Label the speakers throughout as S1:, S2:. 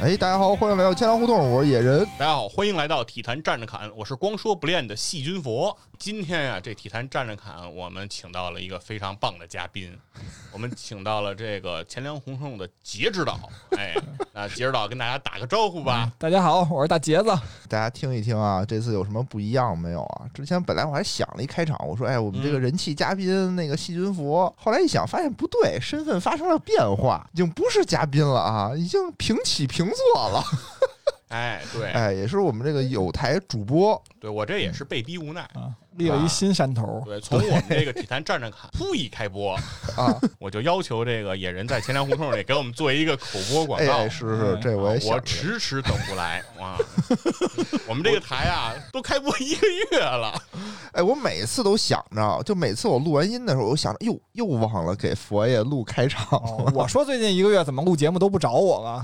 S1: 哎，大家好，欢迎来到千粮胡同，我是野人。
S2: 大家好，欢迎来到体坛站着侃，我是光说不练的细菌佛。今天呀、这体坛站着侃，我们请到了一个非常棒的嘉宾，我们请到了这个钱粮胡同的杰指导。哎，那杰指导跟大家打个招呼
S1: 嗯
S2: 吧。
S3: 大家好，我是大杰子。
S1: 大家听一听啊，这次有什么不一样没有啊？之前本来我还想了一开场，我说，哎，我们这
S3: 嗯
S1: 个人气嘉宾那个细菌佛，后来一想发现不对，身份发生了变化，已经不是嘉宾了啊，已经平起平坐了。
S2: 哎，对，
S1: 哎，也是我们这个有台主播，
S2: 对我这也是被逼无奈。
S3: 啊，立了一新山头，
S2: 对，从我们这个体坛站着侃铺一开播
S1: 嗯 啊，
S2: 我就要求这个野人在钱粮胡同里给我们做一个口播广告。啊
S1: 哎，是是，
S3: 嗯
S1: 这
S3: 啊
S1: 我也想
S2: 我
S1: 着。
S2: 迟迟等不来 哇！我们这个台啊，都开播一个月了。
S1: 哎，我每次都想着，就每次我录完音的时候，我想着，哟，又忘了给佛爷录开场了。
S3: 哦 我说最近一个月怎么录节目都不找我 了，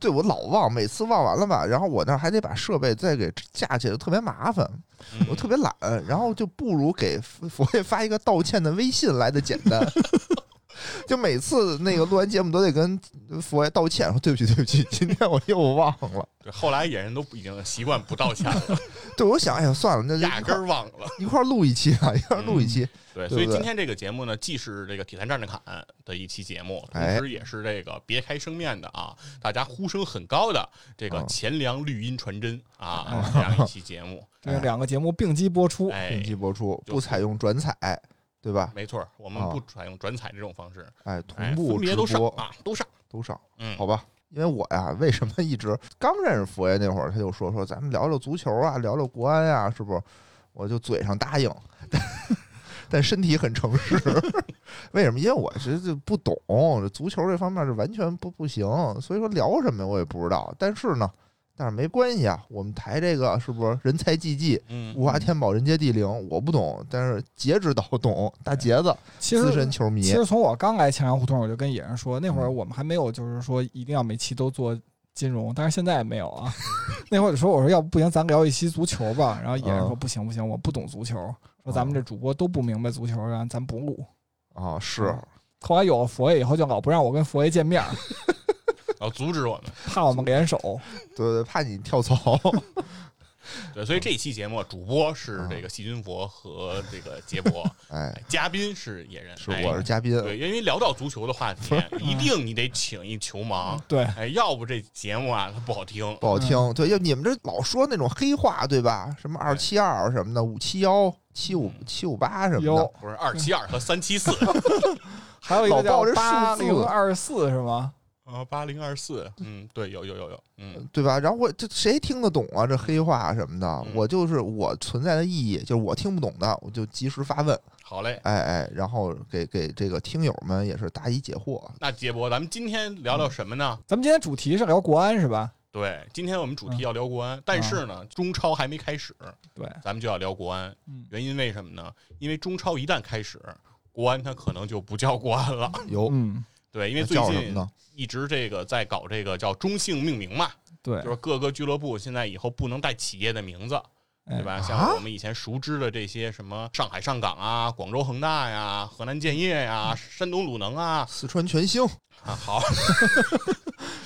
S1: 对我老忘，每次忘完了吧，然后我那儿还得把设备再给架起来，特别麻烦，我特别懒，然后就不如给佛佛爷发一个道歉的微信来的简单。就每次那个录完节目都得跟佛爷道歉，说对不起，对不起，今天我又忘了。
S2: 对，后来野人都已经习惯不道歉 了，
S1: 对，我想，哎呀，算了，那就
S2: 压
S1: 一
S2: 根
S1: 块
S2: 儿忘了。
S1: 一块儿录一期吧，一块儿录一期。
S2: 对，
S1: 对
S2: 所以
S1: 对
S2: 今天这个节目呢，既是这个体坛站着侃的一期节目，同
S1: 哎
S2: 时也是这个别开生面的啊，大家呼声很高的这个
S1: 哦
S2: 钱粮绿茵传真啊，这样一期节 目。
S3: 这
S1: 哎
S3: 个两个节目并机播出。
S2: 哎
S1: 定，期播出，
S2: 就
S1: 不采用转采，对吧？
S2: 没错，我们不采用转采这种方式，
S1: 哎，
S2: 哎，
S1: 啊同
S2: 分
S1: 步
S2: 别
S1: 直
S2: 都上
S1: 播
S2: 啊，都上。
S1: 都上，
S2: 嗯
S1: 好吧？因为我呀，为什么一直刚认识佛爷那会儿，他就说说咱们聊聊足球啊，聊聊国安啊，是不是？我就嘴上 答应，但身体很诚实。 为什么？因为我是就不懂这足球这方面是完全不不行，所以说聊什么我也不知道。但是呢，但是没关系啊，我们台这个是不是人才济济，
S2: 嗯，
S1: 无花天宝人杰地灵，我不懂，但是杰指导懂，大杰子
S3: 其
S1: 资深
S3: 实，
S1: 球
S3: 其
S1: 迷，
S3: 实从我刚来前阳胡同，我就跟野人说，那会儿
S1: 嗯
S3: 我们还没有，就是说一定要每期都做金融，但是现在也没有啊。 那会儿我说，我说要不不行，咱聊一期足球吧。然后野人说
S1: 嗯
S3: 不行不行，我不懂足球，说咱们这主播都不明白足球，然后咱不录。
S1: 啊，是
S3: 嗯后来有了佛爷以后，就老不让我跟佛爷见面，
S2: 然后阻止我们。
S3: 怕我们联 手。
S1: 对对，怕你跳 槽。
S2: 对，
S1: 嗯
S2: 所以这期节目主播是这个细菌佛和这个杰博，
S1: 啊 哎，
S2: 哎嘉宾是野人，
S1: 是
S2: 哎
S1: 我是嘉宾，
S2: 对，因为聊到足球的话 题，一定你得请一球盲，
S3: 对，
S2: 哎，要不这节目啊它不好听。
S1: 嗯
S3: 嗯
S1: 不好听。对，要你们这老说那种黑话，对吧？什么二七二什么的，五七幺、七五
S2: 嗯
S1: 七五八什么
S3: 哟
S1: 的。，
S2: 不是二七二和三 七四，
S3: 还有一个
S1: 老报
S3: 叫
S1: 这
S3: 八
S1: 数字
S3: 零二四是吗？
S2: 啊，八零二 四，嗯，对，有有有有，嗯，
S1: 对吧？然后我这谁听得懂啊？这黑话什么的
S2: 嗯，
S1: 我就是我存在的意义，就是我听不懂的，我就及时发问，
S2: 好嘞。
S1: 哎哎，然后给给这个听友们也是答疑解惑。
S2: 那杰博，咱们今天聊聊什么呢？
S3: 咱们今天主题是聊国安是吧？
S2: 对，今天我们主
S1: 嗯
S2: 题要聊国安，但是呢，中超还没开始，
S3: 对，
S2: 咱们就要聊国安。
S3: 嗯，
S2: 原因为什么呢？因为中超一旦开始，国安它可能就不叫国安了。
S1: 有
S3: 嗯，
S2: 对，因为
S1: 那
S2: 最
S1: 叫什么
S2: 近
S1: 呢？
S2: 一直这个在搞这个叫中性命名嘛，
S3: 对
S2: 就是各个俱乐部现在以后不能带企业的名字，
S3: 哎
S2: 对吧？
S1: 啊
S2: 像我们以前熟知的这些什么上海上港啊、广州恒大呀、河南建业呀、
S1: 嗯
S2: 山东鲁能啊，
S1: 四川全兴、
S2: 啊 好，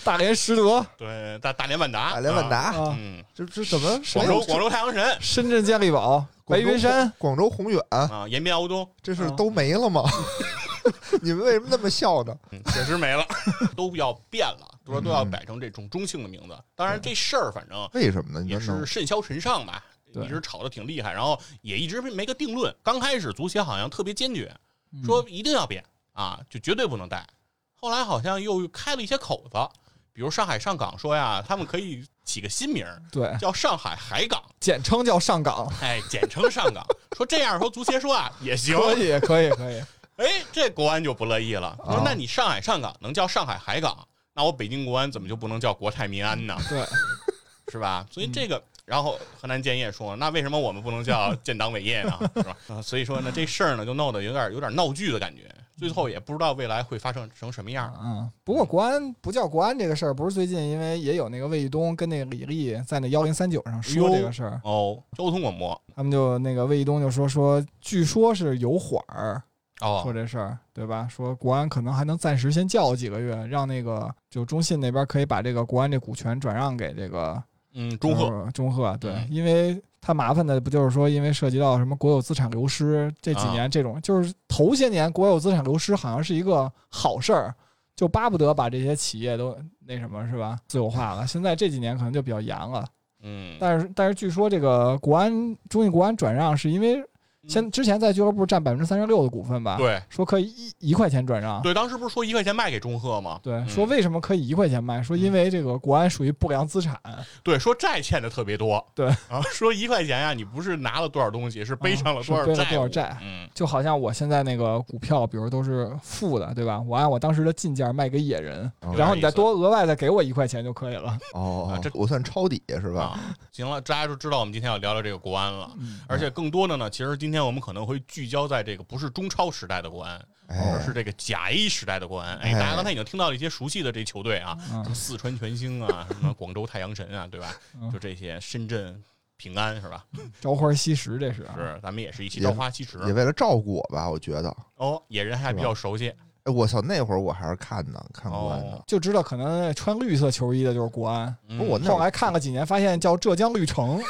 S3: 大连实德、
S2: 对大大连万达、
S1: 大连万
S2: 啊，
S1: 达，
S3: 啊，
S2: 嗯，
S1: 这这怎么？
S2: 广州
S1: 谁
S2: 广州太阳神
S3: 深圳健力宝、白
S1: 广州
S3: 云山，
S1: 广州宏远，
S2: 啊，延边敖东，
S1: 这是
S3: 啊
S1: 都没了吗？ 你们为什么那么笑呢？
S2: 嗯确实没了， 都要变了，都都要
S1: 嗯
S2: 改成这种中性的名字。当然这事儿反正
S1: 为什么呢？你
S2: 也
S1: 们能
S2: 是甚嚣尘上吧，
S3: 对
S2: 一直吵得挺厉害，然后也一直没个定论。刚开始足协好像特别坚决，
S3: 嗯
S2: 说一定要变啊，就绝对不能带。后来好像又开了一些口子，比如上海上港说呀，他们可以起个新名儿
S3: 嗯对，
S2: 叫上海海港，
S3: 简称叫上港，
S2: 哎，简称上港。说这样说足协说啊也行，
S3: 可以，可以，可以，
S2: 哎，这国安就不乐意了，说
S3: 哦
S1: 啊
S2: 那你上海上港能叫上海海港，那我北京国安怎么就不能叫国泰民安呢？
S3: 对，嗯
S2: 是吧？所以这个，然后河南建业说：“那为什么我们不能 叫建党伟业呢？是吧？”啊所以说呢，这事儿呢就闹得有点有点闹剧的感觉，最后也不知道未来会发生成什么样。
S3: 嗯，不过国安不叫国安这个事儿，不是最近因为也有那个卫奕东跟那个李丽在那幺零三九上说这个事儿，
S2: 哦，交通广播
S3: 他们就那个卫奕东就说说，据说是有缓儿说
S2: 哦，
S3: 这事儿，对吧？说国安可能还能暂时先叫几个月，让那个就中信那边可以把这个国安这股权转让给这个
S2: 嗯，中赫
S3: 呃中赫，对
S2: 嗯，
S3: 因为。他麻烦的不就是说，因为涉及到什么国有资产流失这几
S2: 啊
S3: 年这种，就是头些年国有资产流失好像是一个好事儿，就巴不得把这些企业都那什么是吧私有化了。现在这几年可能就比较严了，
S2: 嗯，
S3: 但是但是据说这个国安中信国安转让是因为先之前在俱乐部占百分之三十六的股份
S2: 嗯
S3: 吧，，
S2: 对
S3: 说可以一一块钱转让，
S2: 对，当时不是说一块钱卖给中赫吗？
S3: 对
S2: 嗯
S3: 说为什么可以一块钱卖？说因为这个国安属于不良资产，
S2: 对，说债欠的特别多，
S3: 对
S2: 啊，说一块钱呀、你不是拿了多少东西，是背上了多
S3: 啊
S2: 少债
S3: 是背了
S2: 务，
S3: 多少债。
S2: 嗯，
S3: 就好像我现在那个股票，比如都是负的，对吧？我按我当时的进价卖给野人，
S1: 哦
S3: 然后你再多额外再给我一块钱就可以了。
S1: 哦
S2: 啊，这
S1: 我算抄底是吧？
S2: 啊，行了，大家就知道我们今天要聊聊这个国安了。
S3: 嗯
S2: 而且更多的呢，其实今天我们可能会聚焦在这个不是中超时代的国安，而
S1: 哎，
S2: 是这个甲 A 时代的国安。哎，
S1: 哎
S2: 大家刚才已经听到了一些熟悉的这球队啊，
S3: 嗯
S2: 什么四川全兴啊，什么广州太阳神啊，对吧？
S3: 嗯
S2: 就这些，深圳平安是吧？
S3: 朝花夕拾，这是
S2: 是，咱们也是一起朝花夕拾
S1: 也为了照顾我吧，我觉得。
S2: 哦，野人还比较熟悉
S1: 哎，我操，那会儿我还是看的，看国安的
S2: 哦。。
S3: 就知道可能穿绿色球衣的就是国安。
S2: 嗯
S1: 不是我那
S3: 后
S1: 会儿
S3: 来看了几年，发现叫浙江绿城，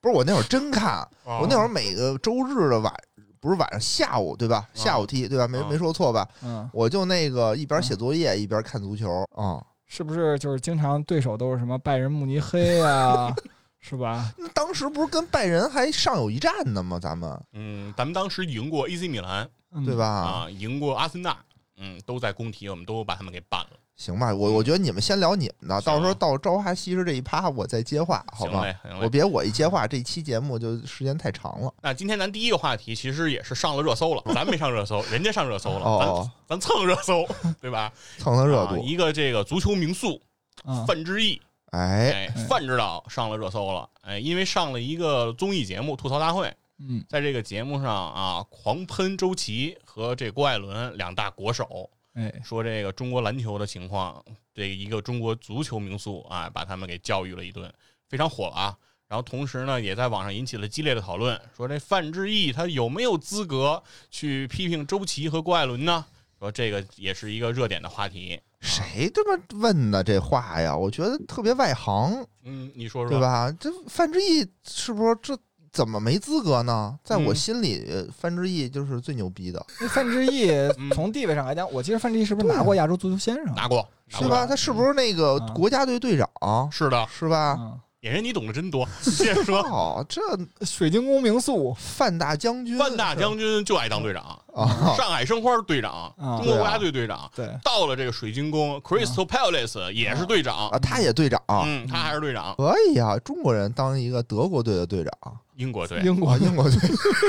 S1: 不是我那会儿真看，
S2: 哦
S1: 我那会儿每个周日的晚不是晚上下午对
S2: 哦
S1: 吧？下午踢对吧？没
S2: 啊
S1: 没说错吧？
S3: 嗯，
S1: 我就那个
S2: 嗯
S1: 一边写作业一边看足球
S2: 哦
S1: 啊。
S3: 是不是就是经常对手都是什么拜仁慕尼黑啊，是吧？
S1: 那当时不是跟拜仁还上有一战呢吗？咱们
S2: 嗯，咱们当时赢过 AC 米兰
S3: 嗯
S1: 对？吧？
S2: 啊，赢过阿森纳，嗯，都在工体，我们都把他们给办了。
S1: 行吧，我我觉得你们先聊你们的，到时候
S2: 嗯行
S1: 到朝花夕拾这一趴我再接话，好
S2: 行
S1: 吧？
S2: 嘞，行
S1: 我
S2: 嘞。
S1: 别我一接话，这期节目就时间太长了。
S2: 那今天咱第一个话题其实也是上了热 搜了，咱没上热搜，人家上热搜了，
S1: 哦，
S2: 咱咱蹭热搜， 对吧？
S1: 蹭蹭热
S2: 啊
S1: 度。
S2: 一个这个足球名宿
S3: 嗯，
S2: 范志毅，
S1: 哎，
S2: 哎，范指导上了热搜了，哎，因为上了一个综艺节目《吐槽大会》，
S3: 嗯，
S2: 在这个节目上啊，狂喷周琦和这郭艾伦两大国手，
S3: 哎，
S2: 说这个中国篮球的情况，这一个中国足球名宿啊，把他们给教育了一顿，非常火了啊。然后同时呢，也在网上引起了激烈的讨论，说这范志毅他有没有资格去批评周琦和郭艾伦呢？说这个也是一个热点的话题。
S1: 谁这么问呢？这话呀，我觉得特别外行，
S2: 嗯，你说说
S1: 对？吧？这范志毅是不是这怎么没资格呢？在我
S2: 嗯
S1: 心里，呃范志毅就是最牛逼的，
S3: 那范志毅
S2: 嗯
S3: 从地位上来讲，我记得范志毅是不是
S1: 对啊
S3: 拿过亚洲足球先生？
S2: 拿过，拿
S1: 是
S2: 过
S1: 吧？他是不是那个
S3: 嗯
S1: 国家队队长？
S2: 是的，
S1: 是吧？
S3: 嗯，
S2: 演员你懂得真多。 接着说，
S1: 哦，这
S3: 水晶宫名宿，
S1: 范大将军，
S2: 范大将军就爱当队长，
S1: 啊，
S2: 上海申花队长，
S3: 啊
S1: 哦
S2: 中国国家队队长，
S3: 对，
S2: 到了这个水晶宫，Crystal Palace 也是队长
S1: 啊，他也队长，
S2: 嗯，他还是队长，
S1: 可以啊，中国人当一个德国队的队长，
S2: 英国队。
S3: 英国
S1: 啊，英国队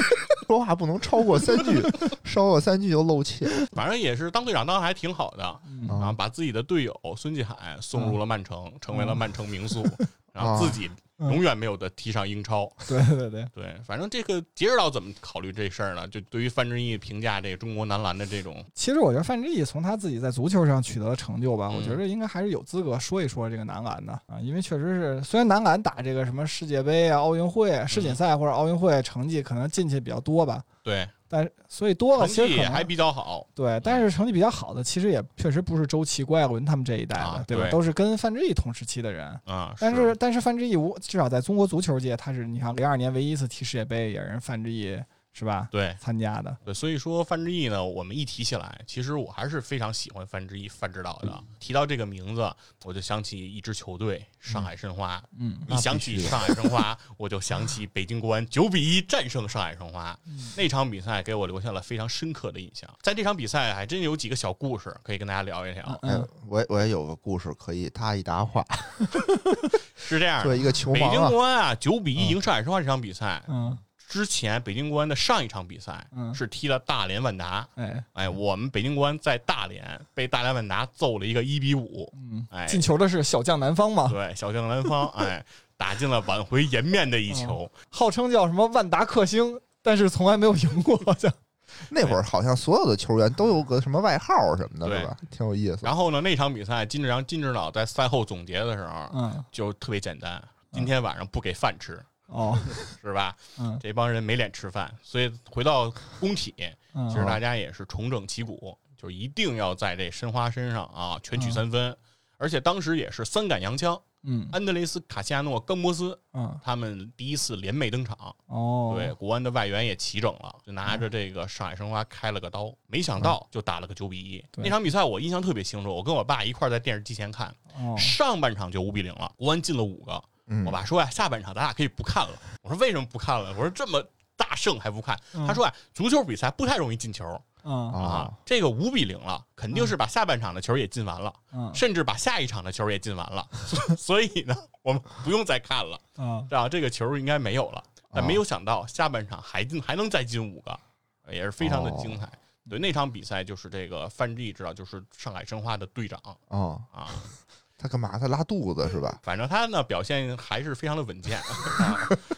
S1: 说话不能超过三 句，超过三句就露怯。
S2: 反正也是当队长当的还挺好的，
S3: 嗯
S1: 啊
S2: 然后把自己的队友孙继海送入了曼
S3: 啊
S2: 城，成为了曼城名宿，然后自己
S3: 嗯
S2: 永远没有的踢上英超。
S3: 对对对，
S2: 对，反正这个杰指导怎么考虑这事儿呢？就对于范志毅评价这个中国男篮的这种，
S3: 其实我觉得范志毅从他自己在足球上取得的成就吧，
S2: 嗯
S3: 我觉得应该还是有资格说一说这个男篮的啊，因为确实是，虽然男篮打这个什么世界杯啊、奥运会、世
S2: 嗯
S3: 锦赛或者奥运会成绩可能进去比较多吧，
S2: 对
S3: 但是所以多
S2: 成
S3: 了哦其实
S2: 绩
S3: 可
S2: 也
S3: 能
S2: 还比嗯较好。
S3: 对，但是成绩比较好的其实也确实不是周琦、郭艾伦他们这一代的，
S2: 啊
S3: 对吧？
S2: 对
S3: 都是跟范志毅同时期的人。
S2: 啊，
S3: 但是但是范志毅无至少在中国足球界，他是你看零二年唯一一次踢世界杯也是范志毅是吧
S2: 对
S3: 参加的，
S2: 对，所以说范志毅呢，我们一提起来，其实我还是非常喜欢范志毅范指导的。
S3: 嗯
S2: 提到这个名字，我就想起一支球队——上海申花。
S3: 嗯
S2: 一想起上海申花，我就想起北京国安九比一战胜上海申花
S3: 嗯
S2: 那场比赛，给我留下了非常深刻的印象。在这场比赛还真有几个小故事可以跟大家聊一聊。
S1: 哎
S3: 嗯，
S1: 我也我也有个故事可以搭一 搭话。
S2: 是这样
S1: 作
S2: 的，
S1: 为一个球
S2: 北
S1: 盲
S2: 京
S1: 啊，
S2: 国安啊九比一赢上海申花这场比赛
S3: 嗯
S2: 之前，北京国安的上一场比赛
S3: 嗯
S2: 是踢了大连万达。
S3: 哎
S2: 哎，我们北京国安在大连被大连万达揍了一个一比五。
S3: 嗯
S2: 哎，
S3: 进球的是小将南方嘛，
S2: 对，小将南方，哎，打进了挽回颜面的一
S3: 哦
S2: 球。
S3: 号称叫什么万达克星，但是从来没有赢过，好像
S1: 那会儿好像所有的球员都有个什么外号什么的，
S2: 对
S1: 是吧？挺有意思。
S2: 然后呢，那场比赛金志扬金指导在赛后总结的时候
S3: 嗯
S2: 就特别简单，今天晚上不给饭吃。
S3: 哦
S2: 是吧？
S3: 嗯
S2: 这帮人没脸吃饭，所以回到工体，
S3: 嗯
S2: 其实大家也是重整旗鼓，就是一定要在这申花身上啊全取三分。而且当时也是三杆洋枪，
S3: 嗯
S2: 安德雷斯、卡西亚诺、冈博斯
S3: 嗯
S2: 他们第一次联袂登场，
S3: 哦嗯
S2: 对国安的外援也齐整了，就拿着这个上海申花开了个刀，没想到就打了个九比一。
S3: 对
S2: 那场比赛我印象特别清楚，我跟我爸一块儿在电视机前看，
S3: 哦
S2: 上半场就五比零了，国安进了五个，
S1: 嗯
S2: 我，爸说呀、下半场咱俩可以不看了。我说为什么不看了？我说这么大胜还不看？
S3: 嗯
S2: 他说啊，足球比赛不太容易进球
S3: 嗯
S1: 啊
S2: 啊，，这个五比零了，肯定是把下半场的球也进完了，
S3: 嗯
S2: 甚至把下一场的球也进完了。 所所以呢，我们不用再看了，
S3: 嗯
S2: 啊，这个球应该没有了。但
S3: 哦
S1: 啊
S2: 没有想到下半场还进，还能再进五个，也是非常的精
S3: 哦
S2: 彩。对那场比赛，就是这个范志毅知道，就是上海申花的队长
S1: 哦，
S2: 啊，
S1: 他干嘛？他拉肚子是吧？
S2: 反正他呢表现还是非常的稳健。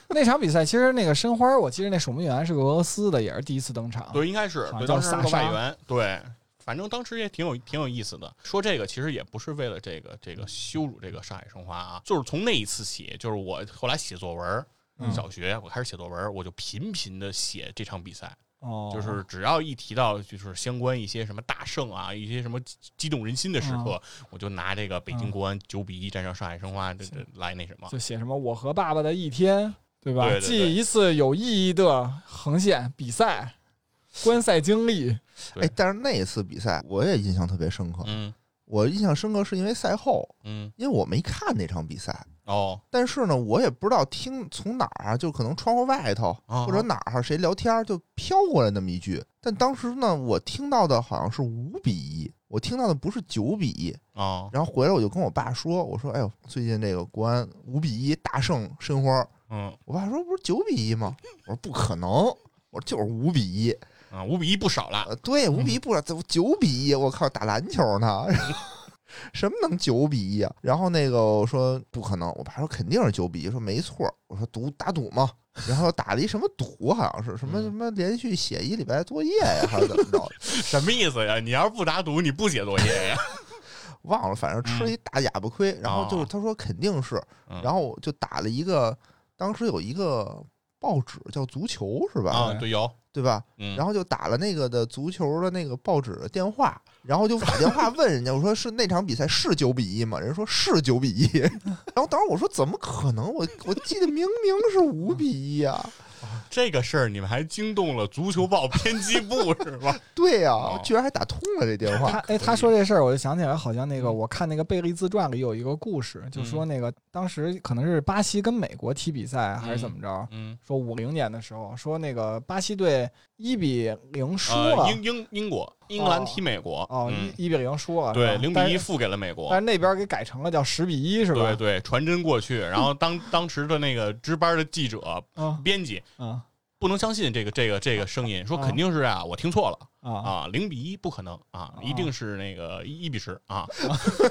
S3: 那场比赛其实那个申花，我记得那守门员是个俄罗斯的，也是第一次登场。
S2: 对，应该是
S3: 好像
S2: 对
S3: 啊叫
S2: 当时那
S3: 萨
S2: 个外
S3: 沙
S2: 援，对，反正当时也挺有挺有意思的。说这个其实也不是为了这个这个羞辱这个上海申花啊，就是从那一次起，就是我后来写作文儿，
S3: 嗯
S2: 小学我开始写作文儿，我就频频的写这场比赛，
S3: 哦，
S2: 就是只要一提到就是相关一些什么大胜啊，一些什么激激动人心的时
S3: 哦
S2: 刻，我就拿这个北京
S3: 嗯
S2: 国安九比一战胜上海申花这这来那什么。
S3: 就写什么我和爸爸的一天，对吧？
S2: 对对对
S3: 记一次有意义的横线比赛。观赛经历，
S2: 对
S1: 哎，但是那一次比赛我也印象特别深刻。
S2: 嗯
S1: 我印象深刻是因为赛后，
S2: 嗯
S1: 因为我没看那场比赛，
S2: 哦
S1: 但是呢，我也不知道听从哪儿啊，就可能窗户外头
S2: 啊
S1: 或者哪儿谁聊天儿就飘过来那么一句。但当时呢，我听到的好像是五比一，我听到的不是九比一。
S2: 哦
S1: 然后回来我就跟我爸说，我说：“哎呦，最近这个国安五比一大胜申花。
S2: 嗯”
S1: 我爸说：“不是九比一吗？”我说：“不可能，我说就是五比一。”
S2: 啊五比一不少了，
S1: 呃，对，五比一不少，怎么九比一？我靠，打篮球呢？ 然后什么能九比一啊？然后那个我说不可能，我爸说肯定是九比一，说没错儿。我说赌打赌嘛，然后打了一什么赌，好像是什么
S2: 嗯
S1: 什么连续写一礼拜作业呀，还是怎么着？
S2: 什么意思呀？你要是不打赌，你不写作业呀？
S1: 忘了，反正吃了一大哑巴亏。然后就是他说肯定是，
S2: 哦嗯
S1: 然后我就打了一个，当时有一个报纸叫《足球》是吧？
S2: 啊，对，有，
S1: 对吧？
S2: 嗯，
S1: 然后就打了那个的足球的那个报纸的电话，然后就打电话问人家，我说是那场比赛是九比一吗？人家说是九比一， 然后当时我说怎么可能？我我记得明明是五比一啊，
S2: 这个事儿你们还惊动了足球报编辑部是吧？
S1: 对呀、
S2: 哦
S1: 居然还打通了这电
S3: 他
S1: 话。
S3: 哎，他说这事儿，我就想起来，好像那
S2: 嗯
S3: 个我看那个贝利自传里有一个故事，就说那个当时可能是巴西跟美国踢比赛还是怎么着，
S2: 嗯，
S3: 说五零年的时候，说那个巴西队一比零输
S2: 呃，
S3: 了，
S2: 英英英国英格兰踢美国，
S3: 啊哦，
S2: 嗯
S3: 一一比零输了，
S2: 对，
S3: 是吧
S2: 零
S3: 但
S2: 比
S3: 是
S2: 一付给了美
S3: 但
S2: 国
S3: 是。那边给改成了叫十比一，是吧？
S2: 对对，传真过去，然后当当时的那个值班的记者、
S3: 啊
S2: 编辑
S3: 啊
S2: 不能相信这个这个这个声音，说
S3: 啊
S2: 肯定是啊，我听错了
S3: 啊！
S2: 啊，零比一不可能啊，一定是那个一一比十啊，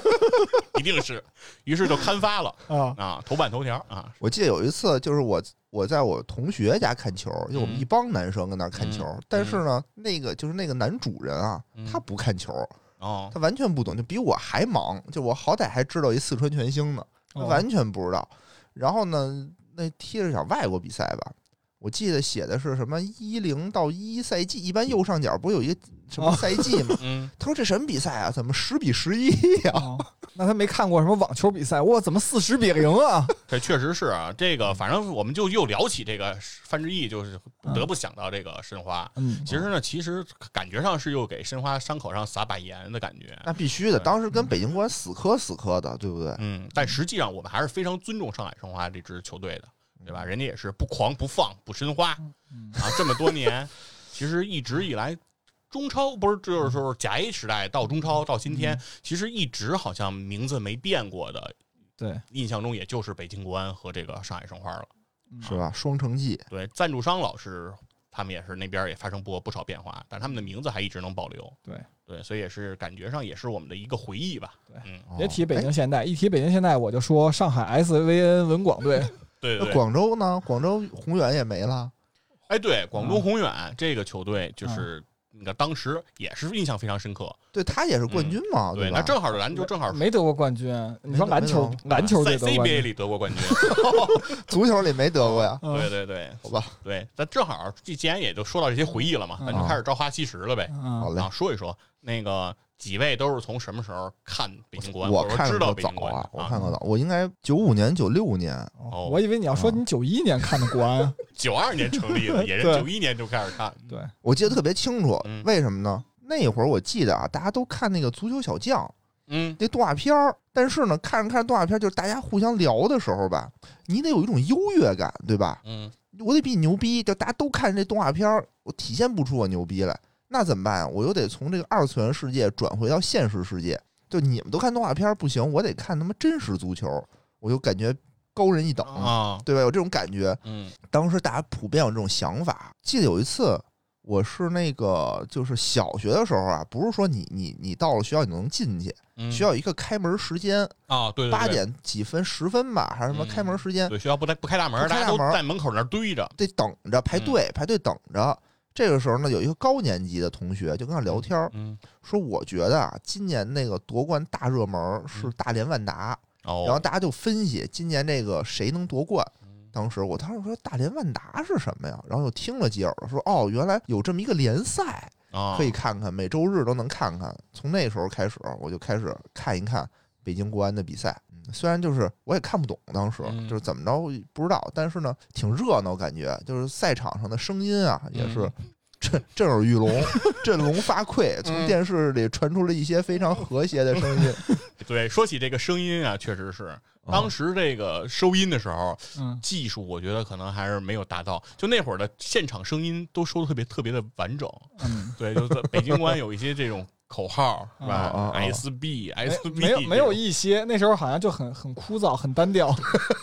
S2: 一定是，于是就刊发了
S3: 啊
S2: 啊，头版头条啊，
S1: 我记得有一次就是我我在我同学家看球，就我们一帮男生跟那儿看球，
S2: 嗯
S1: 但是呢，那个就是那个男主人啊，
S2: 嗯
S1: 他不看球，
S2: 哦，
S1: 他完全不懂，就比我还忙，就我好歹还知道一四川全兴呢。他
S3: 哦
S1: 完全不知道。然后呢，那踢了场外国比赛吧，我记得写的是什么一零到一赛季，一般右上角不是有一个什么
S3: 哦
S1: 赛季吗？
S2: 嗯，
S1: 他说这什么比赛啊？怎么十比十一啊呀？
S3: 哦那他没看过什么网球比赛？哇，怎么四十比零啊？
S2: 这确实是啊，这个反正我们就又聊起这个范志毅，就是不得不想到这个申花。
S3: 嗯，
S2: 其实呢，其实感觉上是又给申花伤口上撒把盐的感觉。
S1: 那必须的，当时跟北京国安死磕死磕的，对不对？
S2: 嗯，但实际上我们还是非常尊重上海申花这支球队的，对吧？人家也是不狂不放不申花
S3: 嗯
S2: 啊，这么多年，其实一直以来，中超不是就是说甲 A 时代到中超到今天，其实一直好像名字没变过的，
S3: 对，
S2: 印象中也就是北京国安和这个上海申花了。
S3: 嗯
S1: 是吧？双城记，
S2: 对，赞助商老师他们也是那边儿也发生过不少变化，但他们的名字还一直能保留。
S3: 对，
S2: 对，所以也是感觉上也是我们的一个回忆吧。嗯，
S1: 哦
S3: 别提北
S1: 哎
S3: 京现代，一提北京现代我就说上海 SVN 文广队，
S2: 对对
S1: 哎那
S2: 对，
S1: 广州呢？广州宏远也没了。
S2: 呃哎对，广州宏远这个球队就是那个当时也是印象非常深刻。
S1: 对他也是冠军嘛，
S2: 嗯对，
S1: 吧？
S2: 那正好篮球正好
S3: 没得过冠军。你说
S1: 没得
S3: 篮球
S1: 没得，
S3: 篮球
S2: 在
S3: 队得冠
S2: CBA
S3: 军，
S2: 里得过冠军。
S1: 足球里没得过呀。
S3: 嗯
S2: 对对对，
S1: 好吧，
S2: 对，咱正好既既然也就说到这些回忆了嘛，
S3: 嗯
S2: 咱就开始朝花夕拾了呗。
S1: 好
S3: 嗯，
S1: 嘞
S2: 啊，，说一说那个几位都是从什么时候看北京国安，或
S1: 我
S2: 者说
S1: 看
S2: 知
S1: 过
S2: 道北
S1: 早
S2: 京国安
S1: 啊，我看过早，我应该九五年、九六年，
S2: 哦
S3: 我以为你要说
S1: 嗯
S3: 你九一年看的国 安，
S2: 九二年成立的，也是
S3: 对
S2: 九一年就开始看。
S3: 对，
S1: 我记得特别清楚
S2: 嗯。
S1: 为什么呢？那会儿我记得啊，大家都看那个《足球小将》
S2: 嗯，
S1: 那动画片儿，但是呢，看着看着动画片儿，就是大家互相聊的时候吧，你得有一种优越感，对吧？
S2: 嗯，
S1: 我得比你牛逼，就大家都看这动画片儿，我体现不出我牛逼来，那怎么办啊？我又得从这个二次元世界转回到现实世界。就你们都看动画片儿不行，我得看他妈真实足球，我就感觉高人一等，
S2: 啊，
S1: 对吧？有这种感觉。
S2: 嗯
S1: 当时大家普遍有这种想法。记得有一次，我是那个就是小学的时候啊，不是说你你你到了学校你能进去，
S2: 嗯，
S1: 学校有一个开门时间，
S2: 啊，对对对，
S1: 八点几分十分吧，还是什么
S2: 嗯
S1: 开门时间，
S2: 对，学校不带不开大门，
S1: 不
S2: 大
S1: 开
S2: 家
S1: 大
S2: 都
S1: 门
S2: 在门口那儿堆着。
S1: 得等着
S2: 嗯
S1: 排队排队等着。这个时候呢，有一个高年级的同学就跟他聊天儿，
S2: 嗯，
S1: 说我觉得啊，今年那个夺冠大热门儿是大连万达，然后
S2: 嗯哦，
S1: 大家就分析今年这个谁能夺冠。
S2: 嗯
S1: 当时我当时说大连万达是什么呀？然后又听了几耳朵，说哦，原来有这么一个联赛，
S2: 啊，
S1: 可以看看，每周日都能看看。从那时候开始，我就开始看一看北京国安的比赛。嗯虽然就是我也看不懂，当时
S2: 嗯
S1: 就是怎么着不知道，但是呢挺热闹，感觉就是赛场上的声音啊也是
S2: 嗯
S1: 震震耳欲聋， 振聋发聩。
S2: 嗯
S1: 从电视里传出了一些非常和谐的声 音。
S2: 对，说起这个声音啊，确实是
S1: 嗯
S2: 当时这个收音的时候，
S3: 嗯，
S2: 技术我觉得可能还是没有达到。就那会儿的现场声音都收的特别特别的完整，
S3: 嗯，
S2: 对，就是在北京国安有一些这种口号是
S1: 哦
S2: 吧
S1: 哦哦
S2: ？SB
S3: 没
S2: SB
S3: 没有没有
S2: 一
S3: 一些，那时候好像就很很枯燥，很 单调。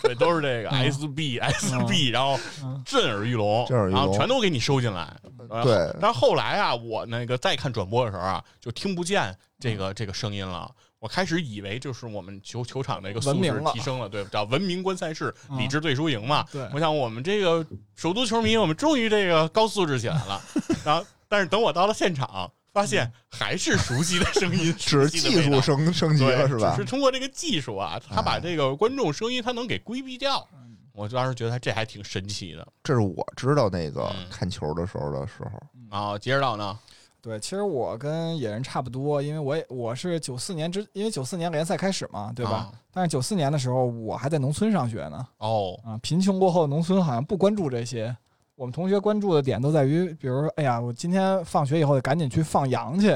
S2: 对，都是这个
S3: 嗯
S2: SB SB，然后
S3: 嗯
S2: 震耳欲聋，
S1: 震耳欲
S2: 然后
S1: 聋
S2: 全都给你收进来。然后
S1: 对
S2: 但是后来啊，我那个再看转播的时候啊，就听不见这个这个声音了。我开始以为就是我们球球场的一个素
S3: 文
S2: 质
S3: 明了
S2: 提升了，对，叫文明观赛事，
S3: 嗯
S2: 理智最输赢嘛。
S3: 对，
S2: 我想我们这个首都球迷，我们终于这个高素质起来了。然后，但是等我到了现场，发现还是熟悉的声音，
S1: 只是
S2: 熟悉的
S1: 技
S2: 味
S1: 术
S2: 道
S1: 升升级
S2: 对，
S1: 了是吧哎
S2: 只是？通过这个技术啊，他把这个观众声音他能给规避掉。
S3: 嗯
S2: 我当时觉得这还挺神奇的
S1: 这是我知道那个
S2: 嗯
S1: 看球的时候的时候。
S2: 啊。接着到呢，
S3: 对，其实我跟野人差不多，因为我也我是九四年之，因为九四年联赛开始嘛，对吧？
S2: 啊
S3: 但是九四年的时候，我还在农村上学呢。
S2: 哦，
S3: 啊，贫穷过后，农村好像不关注这些。我们同学关注的点都在于，比如说，哎呀，我今天放学以后得赶紧去放羊去，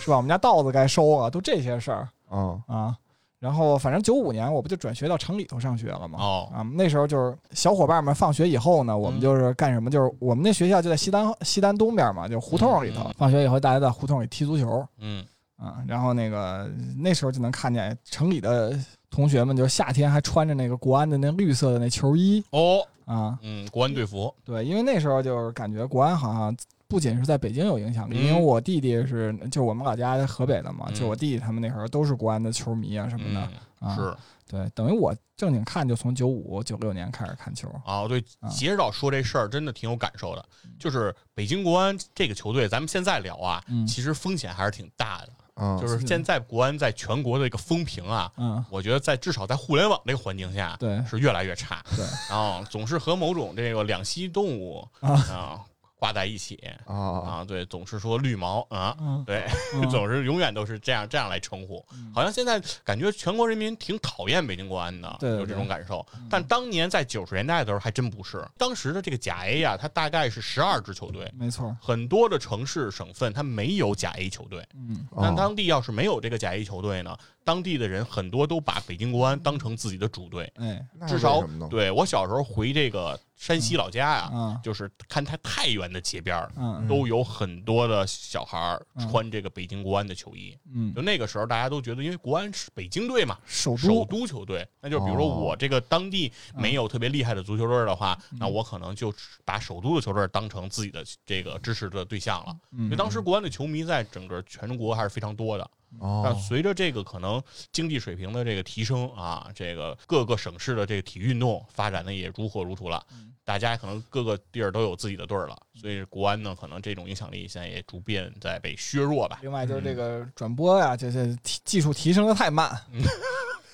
S3: 是吧？我们家稻子该收啊了，都这些事儿
S1: 嗯，
S3: 啊。然后，反正九五年我不就转学到城里头上学了吗？
S2: 哦，
S3: 啊，那时候就是小伙伴们放学以后呢，我们
S2: 嗯
S3: 就是干什么？就是我们那学校就在西单西单东边嘛，就胡同里头
S2: 嗯嗯。
S3: 放学以后，大家在胡同里踢足球
S2: 嗯
S3: 啊，然后那个那时候就能看见城里的同学们，就是夏天还穿着那个国安的那绿色的那球衣
S2: 哦，
S3: 啊。
S2: 嗯，国安队服，
S3: 对，因为那时候就是感觉国安好像不仅是在北京有影响力，
S2: 嗯
S3: 因为我弟弟是就我们老家河北的嘛，
S2: 嗯
S3: 就我弟弟他们那时候都是国安的球迷啊什么的、
S2: 嗯
S3: 啊。
S2: 是
S3: 对，等于我正经看就从九五九六年开始看球。
S2: 啊，对
S3: 啊，
S2: 接着到说这事儿真的挺有感受的，就是北京国安这个球队，咱们现在聊啊，
S3: 嗯哦
S2: 其实风险还是挺大的，
S1: 嗯
S2: 就是
S3: 是
S2: 现在国安在全国的一个风评啊，
S3: 嗯，
S2: 我觉得在至少在互联网这个环境下，
S3: 对
S2: 是越来越差，
S3: 对，
S2: 然后总是和某种这个两栖动物
S3: 啊
S2: 啊挂在一起
S1: 啊，
S2: 啊，对，总是说绿毛啊，
S3: 嗯，
S2: 对，
S3: 嗯
S2: 总是永远都是这样这样来称呼，
S3: 嗯
S2: 好像现在感觉全国人民挺讨厌北京国安的，
S3: 对对
S2: 有这种感受
S3: 嗯。
S2: 但当年在九十年代的时候还真不是，当时的这个甲 A 呀、它大概是十二支球队，
S3: 嗯没错，
S2: 很多的城市省份它没有甲 A 球队。
S3: 嗯
S2: 那
S1: 哦
S2: 当地要是没有这个甲 A 球队呢，当地的人很多都把北京国安当成自己的主队，
S3: 哎，
S1: 那
S2: 至
S1: 为
S2: 少
S1: 什么呢
S2: 对我小时候回这个山西老家呀、
S3: 嗯
S2: 就是看他太原的街边儿，
S3: 嗯
S2: 都有很多的小孩儿
S3: 嗯
S2: 穿这个北京国安的球衣。
S3: 嗯，
S2: 就那个时候，大家都觉得，因为国安是北京队嘛，
S3: 首
S2: 首
S3: 都
S2: 都球队，那就比如说
S1: 哦
S2: 我这个当地没有特别厉害的足球队的话，
S3: 嗯
S2: 那我可能就把首都的球队当成自己的这个支持的对象
S3: 嗯
S2: 了。因为当时国安的球迷在整个全国还是非常多的，但
S1: 哦，
S2: 随着这个可能经济水平的这个提升啊，这个各个省市的这个体育运动发展的也如火如荼了，大家可能各个地儿都有自己的队儿了，所以国安呢，可能这种影响力现在也逐渐在被削弱吧。
S3: 另外就是这个转播呀、这这提技术提升的太慢，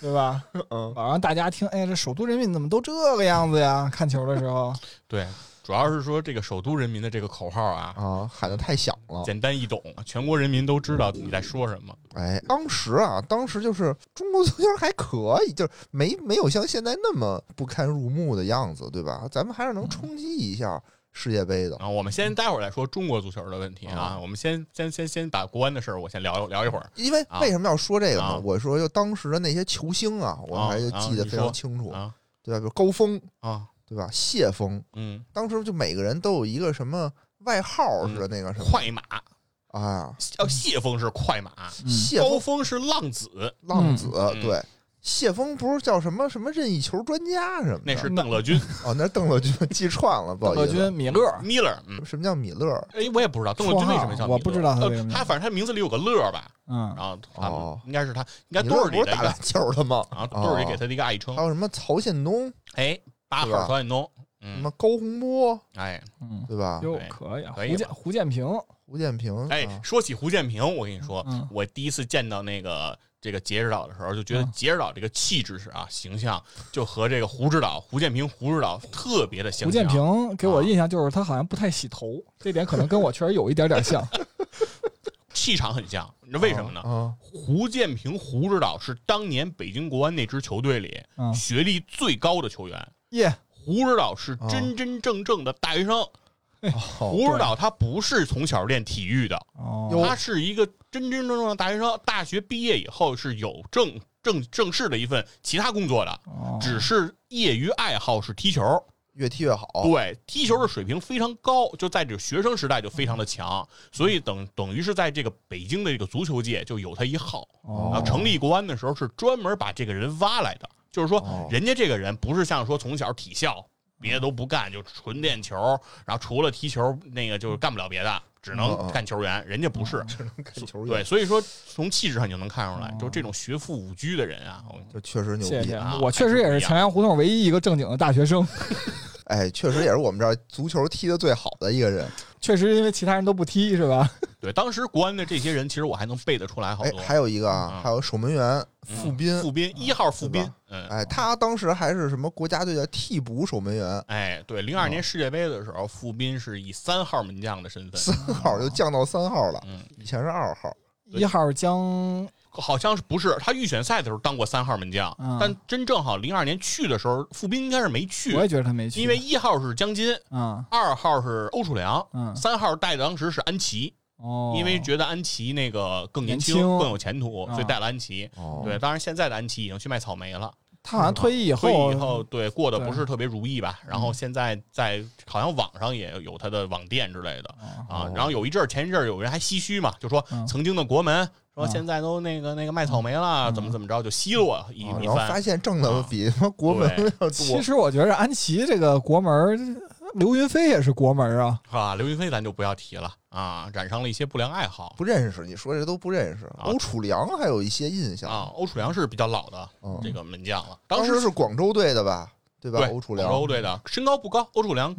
S3: 对吧？
S1: 嗯
S3: 网上大家听，哎，这首都人民怎么都这个样子呀？看球的时候，
S2: 对，主要是说这个首都人民的这个口号啊，
S1: 啊，喊的太响了。
S2: 简单易懂，全国人民都知道你在说什么。
S1: 哎，当时啊，当时就是中国足球还可以，就是没没有像现在那么不堪入目的样子，对吧？咱们还是能冲击一下世界杯的。
S2: 然后我们先待会儿再说中国足球的问题啊，我们先先先先把国安的事儿，我先聊聊一会儿。
S1: 因为
S2: 啊
S1: 为什么要说这个呢？
S2: 啊
S1: 我说就当时的那些球星啊，我
S2: 啊
S1: 还
S2: 啊
S1: 记得
S2: 你
S1: 非
S2: 说
S1: 常清楚，
S2: 啊
S1: 对吧？比如高峰，
S2: 啊，
S1: 对吧？谢峰，
S2: 嗯，
S1: 当时就每个人都有一个什么外号似的那个什么、
S2: 快马，
S1: 啊，
S2: 哦，谢峰是快马，
S3: 嗯
S1: 谢
S2: 高
S1: 峰
S2: 峰是浪子，
S1: 浪子，
S2: 嗯
S1: 对。谢峰不是叫什么什么任意球专家什么的？
S2: 那是邓乐君
S1: 哦，那是邓乐君记串了，不好
S3: 贺
S1: 意思。
S3: 军、 米勒，
S2: Miller，嗯。
S1: 什么叫米勒？
S2: 哎，我也不知道邓乐君为什么叫米勒
S3: 绰号我不知道他
S2: 呃
S3: 为什么
S2: 他反正他名字里有个乐吧，
S3: 嗯
S2: 然，后他
S1: 哦
S2: 应该是他，应该
S1: 米
S2: 队
S1: 勒
S2: 儿
S1: 不
S2: 里
S1: 是
S2: 的哦一
S1: 打
S2: 个
S1: 篮，球的吗？哦
S2: 啊，队儿里给他的一个爱称
S1: 还，有什么曹宪东、
S2: 哎，八
S1: 对吧
S2: 号曹建东，
S1: 什
S2: 嗯
S1: 么，高洪波，
S2: 哎
S3: 嗯，
S1: 对吧？
S3: 哟
S2: 对，
S3: 可以啊，
S2: 可以
S3: 胡建胡建平，
S1: 胡建平，
S2: 哎
S1: 啊，
S2: 说起胡建平，我跟你说，
S3: 嗯，
S2: 我第一次见到那个这个杰指导的时候，就觉得
S3: 嗯
S2: 杰指导这个气质是啊，形象就和这个胡指导、胡建平、胡指导特别的相像。
S3: 胡建平给我印象就是他好像不太洗头，这点可能跟我确实有一点点像。
S2: 气场很像，你知道为什么呢？
S1: 啊，
S2: 胡建平、胡指导是当年北京国安那支球队里
S3: 嗯，
S2: 学历最高的球员。
S3: 耶，
S2: 胡指导是
S1: 哦
S2: 真真正正的大学生。
S1: 哦，
S2: 胡指导他不是从小练体育的，
S1: 哟
S3: 哦，
S2: 他是一个真真正正的大学生。大学毕业以后是有正正正式的一份其他工作的，
S3: 哦
S2: 只是业余爱好是踢球。
S1: 越踢越好。
S2: 对，踢球的水平非常高，就在这个学生时代就非常的强，
S3: 嗯
S2: 所以等等于是在这个北京的这个足球界就有他一号。然后
S3: 哦，
S2: 啊成立国安的时候是专门把这个人挖来的，就是
S1: 哦
S2: 说人家这个人不是像说从小体校别的都不干，就纯练球，然后除了踢球那个就是干不了别的，只能
S1: 嗯嗯嗯
S2: 干球员，人家不是。
S1: 看球
S2: 对，
S1: 员，
S2: 所以说从气质上你就能看出来
S3: 哦，
S2: 就这种学富五车的人啊，我
S1: 就确实牛
S3: 谢
S1: 逼
S3: 谢
S1: 啊。
S2: 啊，
S3: 我确实也是
S2: 还是不一样
S3: 朝阳胡同唯一一个正经的大学生，
S1: 哎，确实也是我们这儿足球踢得最好的一个人。
S3: 确实因为其他人都不踢是吧？
S2: 对当时国安的这些人，其实我还能背得出来好
S1: 哎，
S2: 多。
S1: 还有一个啊
S2: 嗯，
S1: 还有守门员
S2: 嗯
S1: 傅斌，
S2: 傅斌一号傅
S1: 对
S2: 斌
S1: 吧，
S2: 嗯，
S1: 哎，他当时还是什么国家队的替补守门员，
S2: 哎，对，零
S1: 嗯
S2: 二年世界杯的时候，傅斌是以三号门将的身份，
S1: 三号就降到三号了，
S2: 嗯，
S1: 以前是二号。
S2: 对
S3: 一号江
S2: 好像是不是他预选赛的时候当过三号门将，
S3: 嗯
S2: 但真正好零二年去的时候，傅斌应该是没去
S3: 我，也觉得他没去，
S2: 因为一号是江津，
S3: 嗯
S2: 二号是欧楚良，
S3: 嗯
S2: 三号带的当时是安琪，
S3: 哦，
S2: 因为觉得安琪那个更年
S3: 年轻
S2: 更有前途，
S3: 啊
S2: 所以带了安琪。
S1: 哦
S2: 对，当然现在的安琪已经去卖草莓了，
S3: 他好像退役以
S2: 所
S3: 后，
S2: 嗯以以后对过得不
S3: 对嗯
S2: 是特别如意吧。然后现在在好像网上也有他的网店之类的，
S3: 哦
S2: 啊
S1: 哦，
S2: 然后有一阵儿，前一阵儿有人还唏嘘嘛，就说
S3: 嗯
S2: 曾经的国门，说
S3: 嗯
S2: 现在都那个那个卖草莓了，
S3: 嗯
S2: 怎么怎么着，就奚落一
S1: 啊
S2: 一
S1: 然后发
S2: 番。
S1: 现挣的比他妈国门
S2: 对
S1: 要
S3: 其
S1: 多，
S3: 实我觉得安琪这个国门儿，刘云飞也是国门儿啊。
S2: 啊，刘云飞咱就不要提了啊，染上了一些不良爱好
S1: 不认识。你说这都不认识。欧楚良还有一些印象，
S2: 啊啊。欧楚良是比较老的
S1: 嗯
S2: 这个门将了，
S1: 当
S2: 时
S1: 时是广州队的吧？对吧？
S2: 对
S1: 欧楚
S2: 广
S1: 良，嗯
S2: 州队的身高不高，欧楚良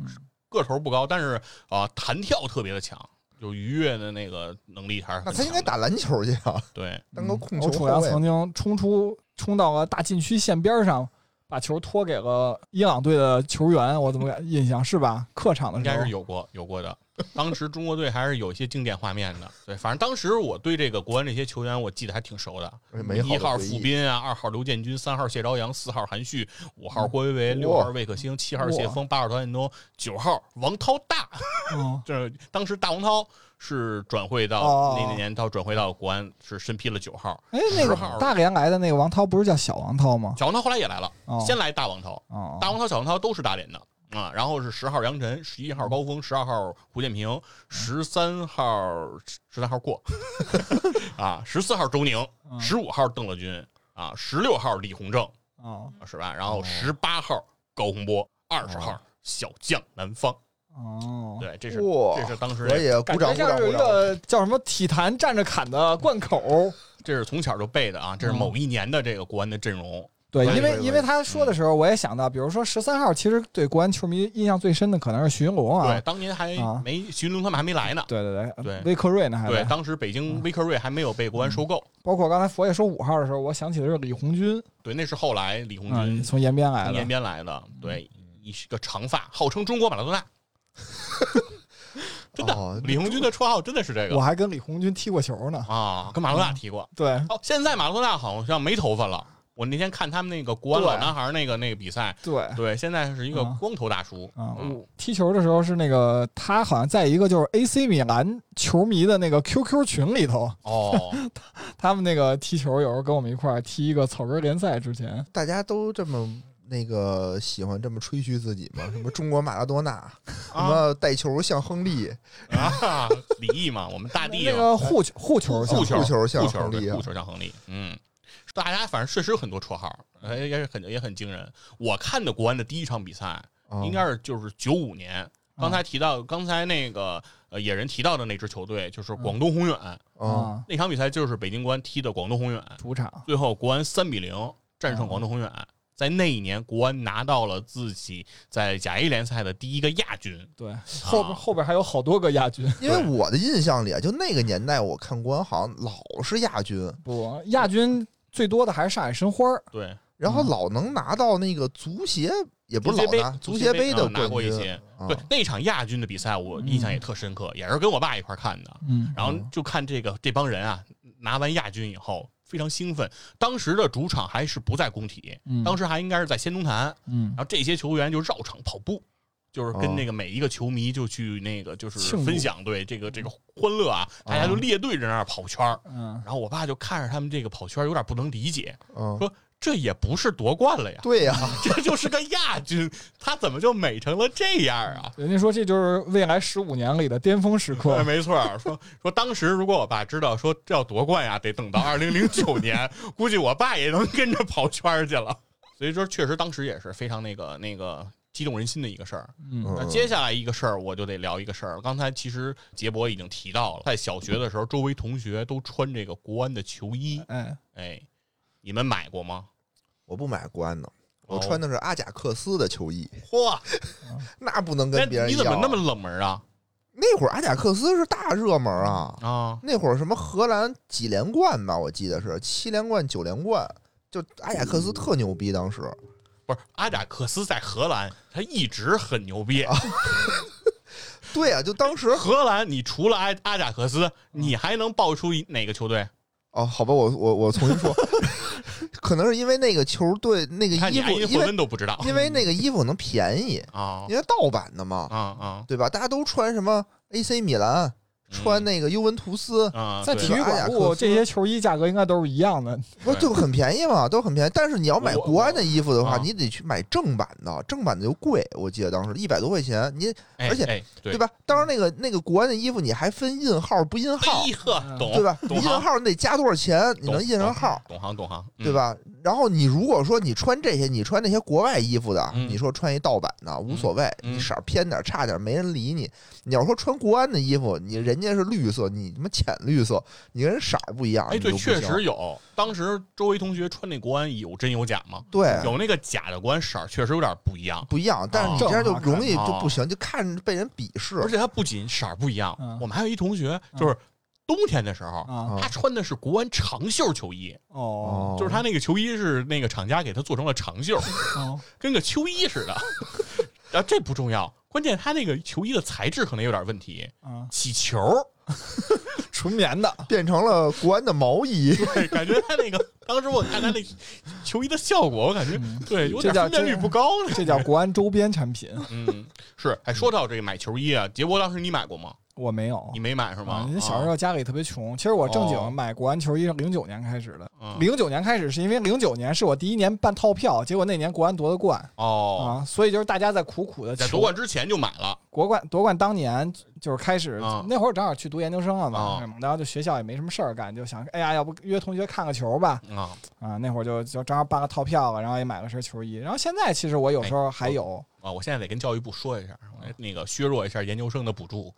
S2: 个头不高，但是啊弹跳特别的强，就逾越的那个能力还是
S1: 那
S2: 很
S1: 他
S2: 强
S1: 应该
S2: 的。
S1: 打篮球去啊，
S2: 对，
S1: 当个
S2: 嗯
S1: 控
S3: 欧
S1: 球
S3: 楚
S1: 后
S3: 良
S1: 卫
S3: 曾。经冲出冲到了大禁区线边儿上，把球托给了伊朗队的球员，我怎么感印象是吧？客场的
S2: 应
S3: 时候
S2: 该是有过有过的。当时中国队还是有一些经典画面的。对，反正当时我对这个国安这些球员，我记得还挺熟的。
S1: 美
S2: 嗯
S1: 好
S2: 一
S1: 的
S2: 号
S1: 回忆
S2: 傅斌啊，二号刘建军，三号谢朝阳，四号韩旭，五
S1: 嗯
S2: 号郭维维，六号魏可兴，七号谢峰，八号陶建东，九号王涛大，
S3: 嗯
S2: 这当时大王涛是转会到、
S3: 哦
S2: 那那年到转会到国安是身披了九号，
S3: 哎，那
S2: 十
S3: 个
S2: 号
S3: 大连来的那个王涛不是叫小王涛吗？
S2: 小王涛后来也来了，
S3: 哦
S2: 先来大王涛，
S3: 哦，
S2: 大王涛、小王涛都是大连的啊。然后是十号杨晨，十一号高峰，十二号胡建平，十三号十三号过 啊，十四号周宁，
S3: 嗯
S2: 十五号邓乐军啊，十六号李洪正
S3: 哦
S2: 是吧？然后
S1: 哦
S2: 十八号高洪波，二十号小将南方。
S3: 哦，
S2: 对，这是
S1: 哇
S2: 这是当时
S1: 可以，
S3: 感
S1: 鼓掌
S3: 觉
S1: 鼓掌
S3: 像是
S1: 鼓
S3: 一
S1: 掌！
S3: 个叫什么体坛站着砍的贯口。
S2: 这是从小就背的啊，这是某
S3: 嗯
S2: 一年的这个国安的阵容。
S3: 对，
S2: 可以嗯
S3: 因
S1: 可
S3: 为
S1: 以
S3: 因为他说的时候，我也想到，比如说十三号，其实对国安球迷印象最深的可能是徐云龙
S2: 对，
S3: 啊，
S2: 当年还
S3: 啊
S2: 没徐云龙他们还没来呢。
S3: 对对
S2: 对
S3: 威克瑞呢还嗯
S2: 对，
S3: 在
S2: 当时北京威克瑞还没有被国安收购。
S3: 包括刚才佛爷说五号的时候，我想起的是李红军，
S2: 对，那是后来李红
S3: 啊，
S2: 军
S3: 从延边来
S2: 从延
S3: 的，
S2: 边来的。对，
S3: 嗯
S2: 一个长发，号称中国马拉多纳。真的
S1: 哦，
S2: 李红军的绰号真的是这
S3: 我
S2: 个
S3: 还跟李红军踢过球呢。
S2: 啊，跟马拉
S3: 嗯
S2: 多纳提过。
S3: 对
S2: 哦，现在马拉多纳好像没头发了。我那天看他们那个国安老男孩那个那个比赛，
S3: 对
S2: 对，现在是一个
S3: 啊
S2: 光头大 叔。
S3: 啊，
S2: 嗯
S3: 我踢球的时候是那个他好像在一个就是 AC 米兰球迷的那个 QQ 群里头，
S2: 哦，
S3: 他们那个踢球有时候跟我们一块儿踢一个草根联赛之前，
S1: 大家都这么那个喜欢这么吹嘘 自己吗？什么中国马拉多纳，什么带球像亨利，
S2: 啊，李毅嘛，我们大地
S3: 那
S2: 嘛，
S3: 个护球护球像
S2: 哎护
S1: 护
S2: 球
S1: 球
S2: 护
S1: 像
S2: 球
S1: 亨利
S2: 对
S1: 啊
S2: 护球像亨利，嗯，大家反正确实有很多绰号，哎，也是很也很惊人。我看的国安的第一场比赛，
S1: 啊
S2: 应该是就是九五年。刚才提到，刚才那个呃野人提到的那支球队就是广东宏远，
S1: 啊
S2: 那场比赛就是北京国安踢的广东宏远，
S3: 主场
S2: 最后国安三比零战胜广东宏远。在那一年，国安拿到了自己在甲 A 联赛的第一个亚军。
S3: 对后边后边还有好多个亚军，
S1: 因为我的印象里啊，就那个年代，我看国安好像老是亚军，
S3: 不亚军最多的还是上海申花儿，
S2: 对，
S1: 然后
S3: 嗯
S1: 老能拿到那个足协，也不
S2: 足
S1: 是
S2: 协
S1: 老
S2: 杯
S1: 拿足协杯
S2: 啊
S1: 的
S2: 拿
S1: 冠
S2: 过一
S1: 军。
S2: 些。
S1: 啊
S2: 对，那场亚军的比赛，我印象也特深刻，也是跟我爸一块儿看的。
S3: 嗯
S2: 然后就看这个这帮人啊，拿完亚军以后非常兴奋。当时的主场还是不在工体，
S3: 嗯
S2: 当时还应该是在仙踪坛。
S3: 嗯
S2: 然后这些球员就绕场跑步，就是跟
S1: 哦
S2: 那个每一个球迷就去那个就是
S3: 庆祝
S2: 分享对这个这个欢乐啊，大家就列队在那儿跑圈儿。
S3: 嗯，
S2: 然后我爸就看着他们这个跑圈儿，有点不能理解，
S1: 嗯，
S2: 说这也不是夺冠了呀，
S1: 对呀，
S2: 这就是个亚军，他怎么就美成了这样啊？
S3: 人家说这就是未来十五年里的巅峰时刻
S2: 对，，没错儿。说说当时如果我爸知道说这要夺冠呀，得等到二零零九年，估计我爸也能跟着跑圈儿去了。所以说，确实当时也是非常那个那个激动人心的一个事儿。
S3: 嗯
S2: 那
S1: 嗯
S2: 接下来一个事儿，我就得聊一个事儿了。刚才其实杰博已经提到了，在小学的时候，周围同学都穿这个国安的球衣，
S3: 哎
S2: 哎，你们买过吗？
S1: 我不买国安的，我
S2: 哦
S1: 穿的是阿贾克斯的球衣，
S2: 嚯，
S1: 那不能
S2: 那
S1: 跟别人
S2: 你
S1: 一
S2: 怎
S1: 样
S2: 么
S1: 啊。
S2: 那么冷门啊？
S1: 那会儿阿贾克斯是大热门啊，
S2: 啊，
S1: 那会儿什么荷兰几连冠吧，我记得是七连冠、九连冠，就阿贾克斯特牛逼，当时
S2: 不是，阿贾克斯在荷兰，他一直很牛逼。
S1: 啊对啊，就当时
S2: 荷兰，你除了阿阿贾克斯，你还能爆出一哪个球队？
S1: 哦，好吧，我我我重新说， 可能是因为那个球队那个
S2: 看你
S1: 衣服
S2: 还，一
S1: 因
S2: 霍
S1: 为
S2: 根都不知道
S1: 因为那个衣服可能 便宜，
S2: 啊
S1: 因为盗版的嘛
S2: 啊，啊！
S1: 对吧？大家都穿什么 AC 米兰，
S2: 嗯
S1: 穿那个尤文图斯，
S2: 啊，
S3: 在
S2: 对
S3: 体育
S1: 阿
S3: 馆
S1: 贾克
S3: 部
S1: 斯
S3: 这些球衣价格应该都是一样的，
S1: 不是就很便宜嘛，都很便宜。但是你要买
S2: 我
S1: 国安的衣服的
S2: 啊
S1: 话，你得去买正版的，正版的就贵，我记得当时一百多块钱，你
S2: 哎
S1: 而且
S2: 哎对
S1: 对？吧？当时那个那个国安的衣服你还分印号不印号，
S2: 哎呵，懂
S1: 对吧？你
S2: 懂
S1: 印
S2: 行，
S1: 号你得加多少钱，你
S2: 懂
S1: 能印上
S2: 懂
S1: 号，
S2: 懂行懂行，嗯
S1: 对？吧？然后你如果说你穿这些，你穿那些国外衣服的，
S2: 嗯
S1: 你说穿一盗版的无所谓，
S2: 嗯
S1: 你色儿偏点儿差点儿没人理你。你要说穿国安的衣服，你人家是绿色，你他妈浅绿色，你跟人色儿不
S3: 啊
S1: 一样，
S2: 哎，
S1: 你
S2: 对，
S1: 就不
S2: 确
S1: 行
S2: 实有。当时周围同学穿那国安有真有假吗？
S1: 对。
S3: 哎
S2: 有那个假的国安色儿确实有点不一样，
S1: 不一样，但是你这样就容易
S2: 哦
S1: 就不行，就看着被人鄙视
S2: 而且它不仅色儿不一样
S3: 嗯，
S2: 我们还有一同学就是冬天的时候，
S3: 啊
S1: 啊
S2: 他穿的是国安长袖球衣，
S3: 哦
S2: 就是他那个球衣是那个厂家给他做成了长袖，
S3: 哦
S2: 跟个秋衣似的。 然后这不重要，关键他那个球衣的材质可能有点问题，
S3: 啊，
S2: 起球，
S3: 纯棉的，
S1: 变成了国安的 毛衣，
S2: 对，感觉他那个当时我看他那球衣的效果，我感觉
S3: 嗯
S2: 对有
S3: 这
S2: 点
S3: 叫
S2: 分辨率不高呢。
S3: 这叫国安周边产品。
S2: 嗯，是。哎，说到这个买球衣啊，杰博当时你买过吗？
S3: 我没有
S2: 你。没买是
S3: 啊
S2: 吗？，
S3: 因为小
S2: 啊
S3: 时候家里特别穷，其实我正
S2: 哦
S3: 经买国安球衣是零九年开始的。
S2: 嗯
S3: 零九年开始是因为零九年是我第一年办套票，结果那年国安夺的冠
S2: 哦，
S3: 啊，所以就是大家在苦苦的
S2: 在夺冠之前就买了，
S3: 国冠夺冠当年就是开始
S2: 啊，
S3: 那会儿正好去读研究生了嘛
S2: 啊，
S3: 然后就学校也没什么事儿干，就想哎呀，要不约同学看个球吧
S2: 啊，
S3: 啊，那会儿就就正好办个套票啊了，然后也买了身球衣，然后现在其实我有时候还有
S2: 啊，我现在得跟教育部说一下，我那个削弱一下研究生的补助，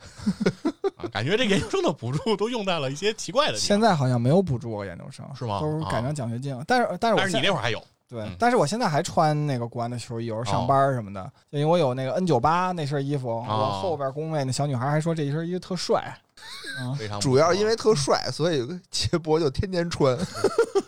S2: 啊、感觉这个研究生的补助都用在了一些奇怪的地
S3: 现
S2: 方。
S3: 在好像没有补助了研究生
S2: 是吗
S3: 都是
S2: 啊
S3: 改成奖学金了，但是但是我
S2: 但是
S3: 现
S2: 你那会儿还有
S3: 对
S2: 嗯，哦
S3: 但是我现在还穿那个国安的球衣，有时候上班儿什么的，就因为我有那个 N 九八那身衣服，我
S2: 哦
S3: 后边工位那小女孩还说这一身衣服特帅，
S2: 非常不啊错
S1: 主要是因为特帅，所以切博就天 天穿。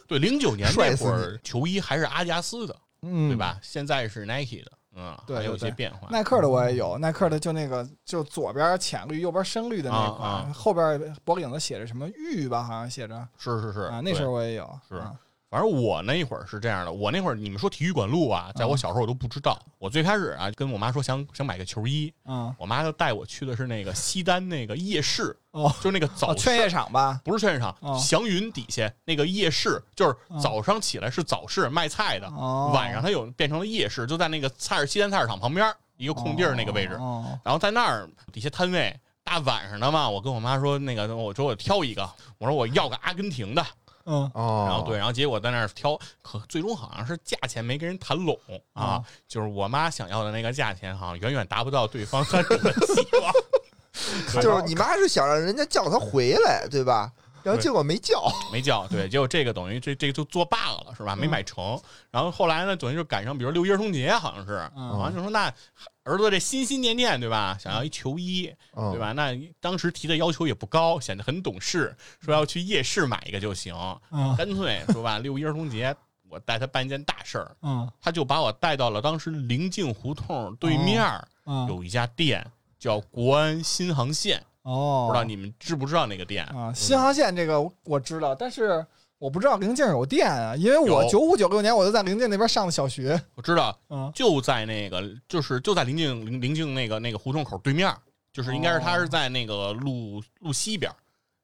S2: 对零九年
S1: 帅
S2: 那
S1: 死
S2: 会儿球衣还是阿迪达斯的，
S3: 嗯，
S2: 对？吧？现在是 Nike 的，嗯，
S3: 对
S2: 还有一
S3: 对对
S2: 些变化。
S3: 耐克的我也有，耐克的就那个就左边浅绿，右边深绿的那款，
S2: 啊啊
S3: 后边脖领子写着什么玉吧，好像写着
S2: 是是是
S3: 啊，那
S2: 对
S3: 身我也有，
S2: 是
S3: 啊
S2: 反正我那一会儿是这样的，我那会儿你们说体育馆路啊，
S3: 嗯
S2: 在我小时候我都不知道。我最开始啊，跟我妈说想想买个球衣，
S3: 嗯，
S2: 我妈就带我去的是那个西单那个夜市，
S3: 哦
S2: 就是那个早
S3: 哦，
S2: 市
S3: 劝业场吧，
S2: 不是劝业场，
S3: 哦
S2: 祥云底下那个夜市，就是
S3: 哦
S2: 早上起来是早市卖菜的，
S3: 哦，
S2: 晚上它有变成了夜市，就在那个菜市西单菜市场旁边一个空地儿那个位置，
S3: 哦，
S2: 然后在那儿底下摊位，大晚上的嘛，我跟我妈说那个，我说我挑一个，我说我要个阿根廷的，
S3: 哦
S1: 哦，
S2: 然后对，然后结果在那儿挑，可最终好像是价钱没跟人谈拢啊，
S1: 哦
S3: 啊
S2: 就是我妈想要的那个价钱，好像远远达不到对方参与的期 望。
S1: 就是你妈是想让人家叫她回来，对吧？然后结果没叫，
S2: 没叫，对，结果这个等于这这个就作罢了，是吧？
S1: 嗯
S2: 没买成。然后后来呢，等于就赶上，比如六一儿童节，好像是，
S3: 嗯
S2: 好像就说那儿子这心心念念，对吧？想要一球衣，
S1: 嗯
S2: 对吧？那当时提的要求也不高，显得很懂事，说要去夜市买一个就行，
S3: 嗯
S2: 干脆说吧，六一儿童节我带他办一件大事儿，
S3: 嗯
S2: 他就把我带到了当时临近胡同对面儿
S3: 嗯，
S2: 有一家店。叫国安新航线，
S3: 哦，
S2: 不知道你们知不知道那个店？
S3: 啊，新航线这个我知道，但是我不知道临近有店啊，因为我
S2: 有
S3: 九五九六年我就在临近那边上的小学，
S2: 我知道，
S3: 嗯
S2: 就在那个，就是就在临近临临近那个那个胡同口对面儿，就是应该是他是在那个路路西边儿，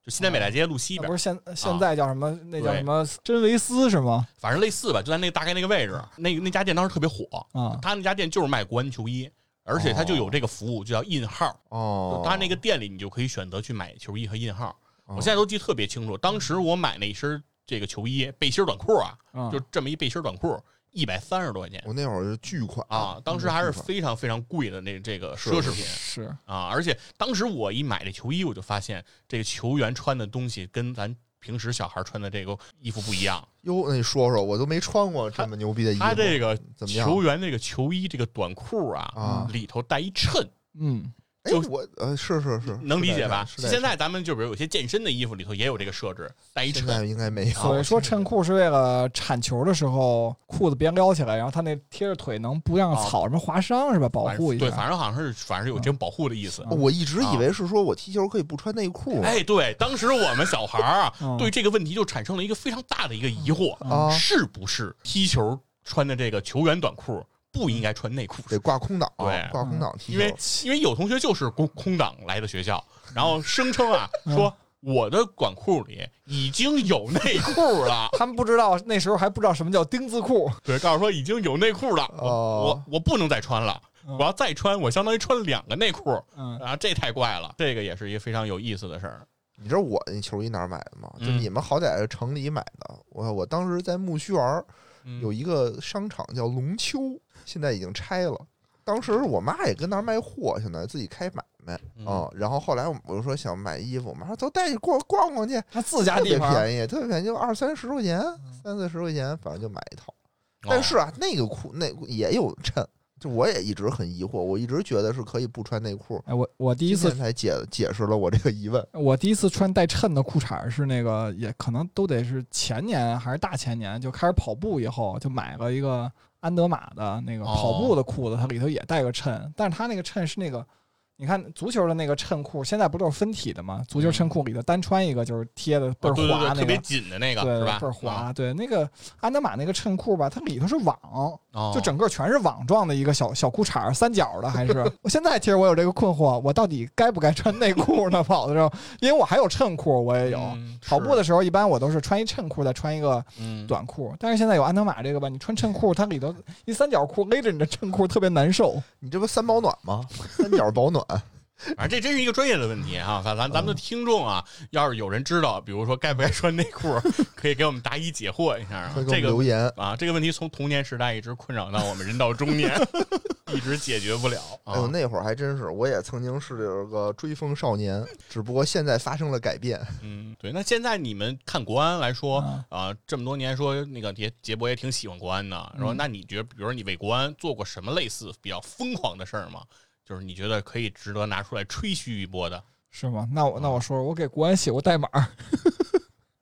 S2: 就西南北大街路西
S3: 那
S2: 边
S3: 不
S2: 儿，
S3: 是现现在叫什么？那叫
S2: 啊对
S3: 什么？真维斯是吗？
S2: 反正类似吧，就在那个大概那个位置。
S3: 嗯
S2: 那那家店当时特别火，
S3: 啊
S2: 他那家店就是卖国安球衣，而且他就有这个服务，就叫印号。
S1: 哦
S2: 就他那个店里你就可以选择去买球衣和印号。
S1: 哦
S2: 我现在都记得特别清楚，当时我买那一身这个球衣背心儿短裤啊，
S3: 啊
S2: 就这么一背心儿短裤，一百三十多块钱。
S1: 嗯我那哦会儿就巨款
S2: 啊，当时还是
S1: 巨款
S2: 非常非常贵的那这个
S1: 是
S2: 奢侈品，
S3: 是
S2: 啊，而且当时我一买这球衣，我就发现这个球员穿的东西跟咱平时小孩穿的这个衣服不一样。
S1: 哟，那你说说，我都没穿过这么牛逼的衣服，
S2: 他这个
S1: 怎么样？
S2: 球员这个球衣这个短裤啊，
S1: 啊，
S2: 里头带一衬，
S3: 嗯
S1: 哎
S2: 就，
S1: 我呃，是是是，
S2: 能理解吧？
S1: 是在
S2: 现在咱们就比如有些健身的衣服里头也有这个设置，带一
S1: 现
S2: 衬。
S1: 在应该没有，
S3: 所以说衬裤是为了铲球的时候裤子别撩起来，然后他那贴着腿能不让
S2: 啊
S3: 草什么划伤是吧？保
S2: 反
S3: 护一
S2: 对，
S3: 下。嗯
S2: 反正好像是反正有这种保护的意思。
S3: 啊
S1: 哦我一直以为是说我踢球可以不穿内裤，
S2: 哎，对，当时我们小孩儿啊，
S3: 嗯
S2: 对这个问题就产生了一个非常大的一个疑惑：
S1: 啊，
S2: 是不是踢球穿的这个球员短裤不应该穿内裤？
S1: 得挂空档，
S2: 对
S1: 挂
S3: 嗯
S1: 空档踢
S2: 因
S1: 球，
S2: 为因为有同学就是空空档来的学校，然后声称啊
S3: 嗯
S2: 说我的短裤里已经有内裤了，
S3: 他们不知道那时候还不知道什么叫丁字裤，
S2: 对，告诉说已经有内裤了，我
S1: 哦
S2: 我我不能再穿了，
S3: 嗯
S2: 我要再穿，我相当于穿了两个内裤。
S3: 嗯，
S2: 啊，这太怪了，这个也是一个非常有意思的事儿。
S1: 你知道我那球衣哪儿买的吗？就
S2: 嗯
S1: 你们好歹是城里买的，我我当时在木须园儿
S2: 嗯
S1: 有一个商场叫龙丘，现在已经拆了。当时我妈也跟那儿卖货，现在自己开买卖
S2: 嗯
S1: 啊、然后后来我就说想买衣服，我妈说走带你过逛逛去，
S3: 他自家
S1: 特
S3: 地
S1: 别
S3: 方嗯
S1: 便宜，特别便宜，就二三十块钱，三四十块钱，反正就买一套。
S3: 哦
S2: 哦
S1: 但是啊，那个裤内裤也有衬，就我也一直很疑惑，我一直觉得是可以不穿内裤。
S3: 哎，我我第一
S1: 今
S3: 次
S1: 天才解解释了我这个疑问。
S3: 我第一次穿带衬的裤衩儿是那个，也可能都得是前年还是大前年，就开始跑步以后，就买了一个安德玛的那个
S2: 哦
S3: 跑步的裤子，它里头也带个衬，但是它那个衬是那个你看足球的那个衬裤，现在不都是分体的吗？足球衬裤里头单穿一个就是贴的倍
S2: 对
S3: 儿
S2: 对嗯啊对
S3: 滑，
S2: 特
S3: 那
S2: 别
S3: 个。
S2: 紧的那个
S3: 对
S2: 是，吧？啊
S3: 倍儿滑。对，那个安德玛那个衬裤吧，它里头是网，
S1: 哦
S2: 啊，
S3: 就整个全是网状的一个小小裤衩儿，三角的 还是。我现在其实我有这个困惑，我到底该不该穿内裤呢？跑的时候，因为我还有衬裤，我也有。
S2: 嗯
S3: 跑步，的
S2: 是
S3: 时候，一般我都是穿一衬裤，再穿一个
S2: 嗯，
S3: 短裤。但是现在有安德玛这个吧，你穿衬裤，它里头一三角裤勒着你的衬裤，特别难受。
S1: 你这不三保暖吗？三角 保暖，
S2: 反正这真是一个专业的问题哈、咱咱咱们的听众啊，要是有人知道，比如说该不该穿内裤， 可以给我们答疑解惑一下啊
S1: 快。给我
S2: 这
S1: 们
S2: 个
S1: 留
S3: 哦
S1: 言。
S2: 啊，这个问题从童年时代一直困扰到我们人到中年， 一直解决不了啊。
S1: 哎呦，那会儿还真是，我也曾经是个追风少年，只不过现在发生了改变。
S2: 嗯，对。那现在你们看国安来说啊
S3: 嗯、
S2: 这么多年说那个杰杰博也挺喜欢国安的，然后
S3: 嗯
S2: 那你觉得，比如说你为国安做过什么类似比较疯狂的事儿吗？就是你觉得可以值得拿出来吹嘘一波的
S3: 是吗？那我那我说，我给国安写过代码，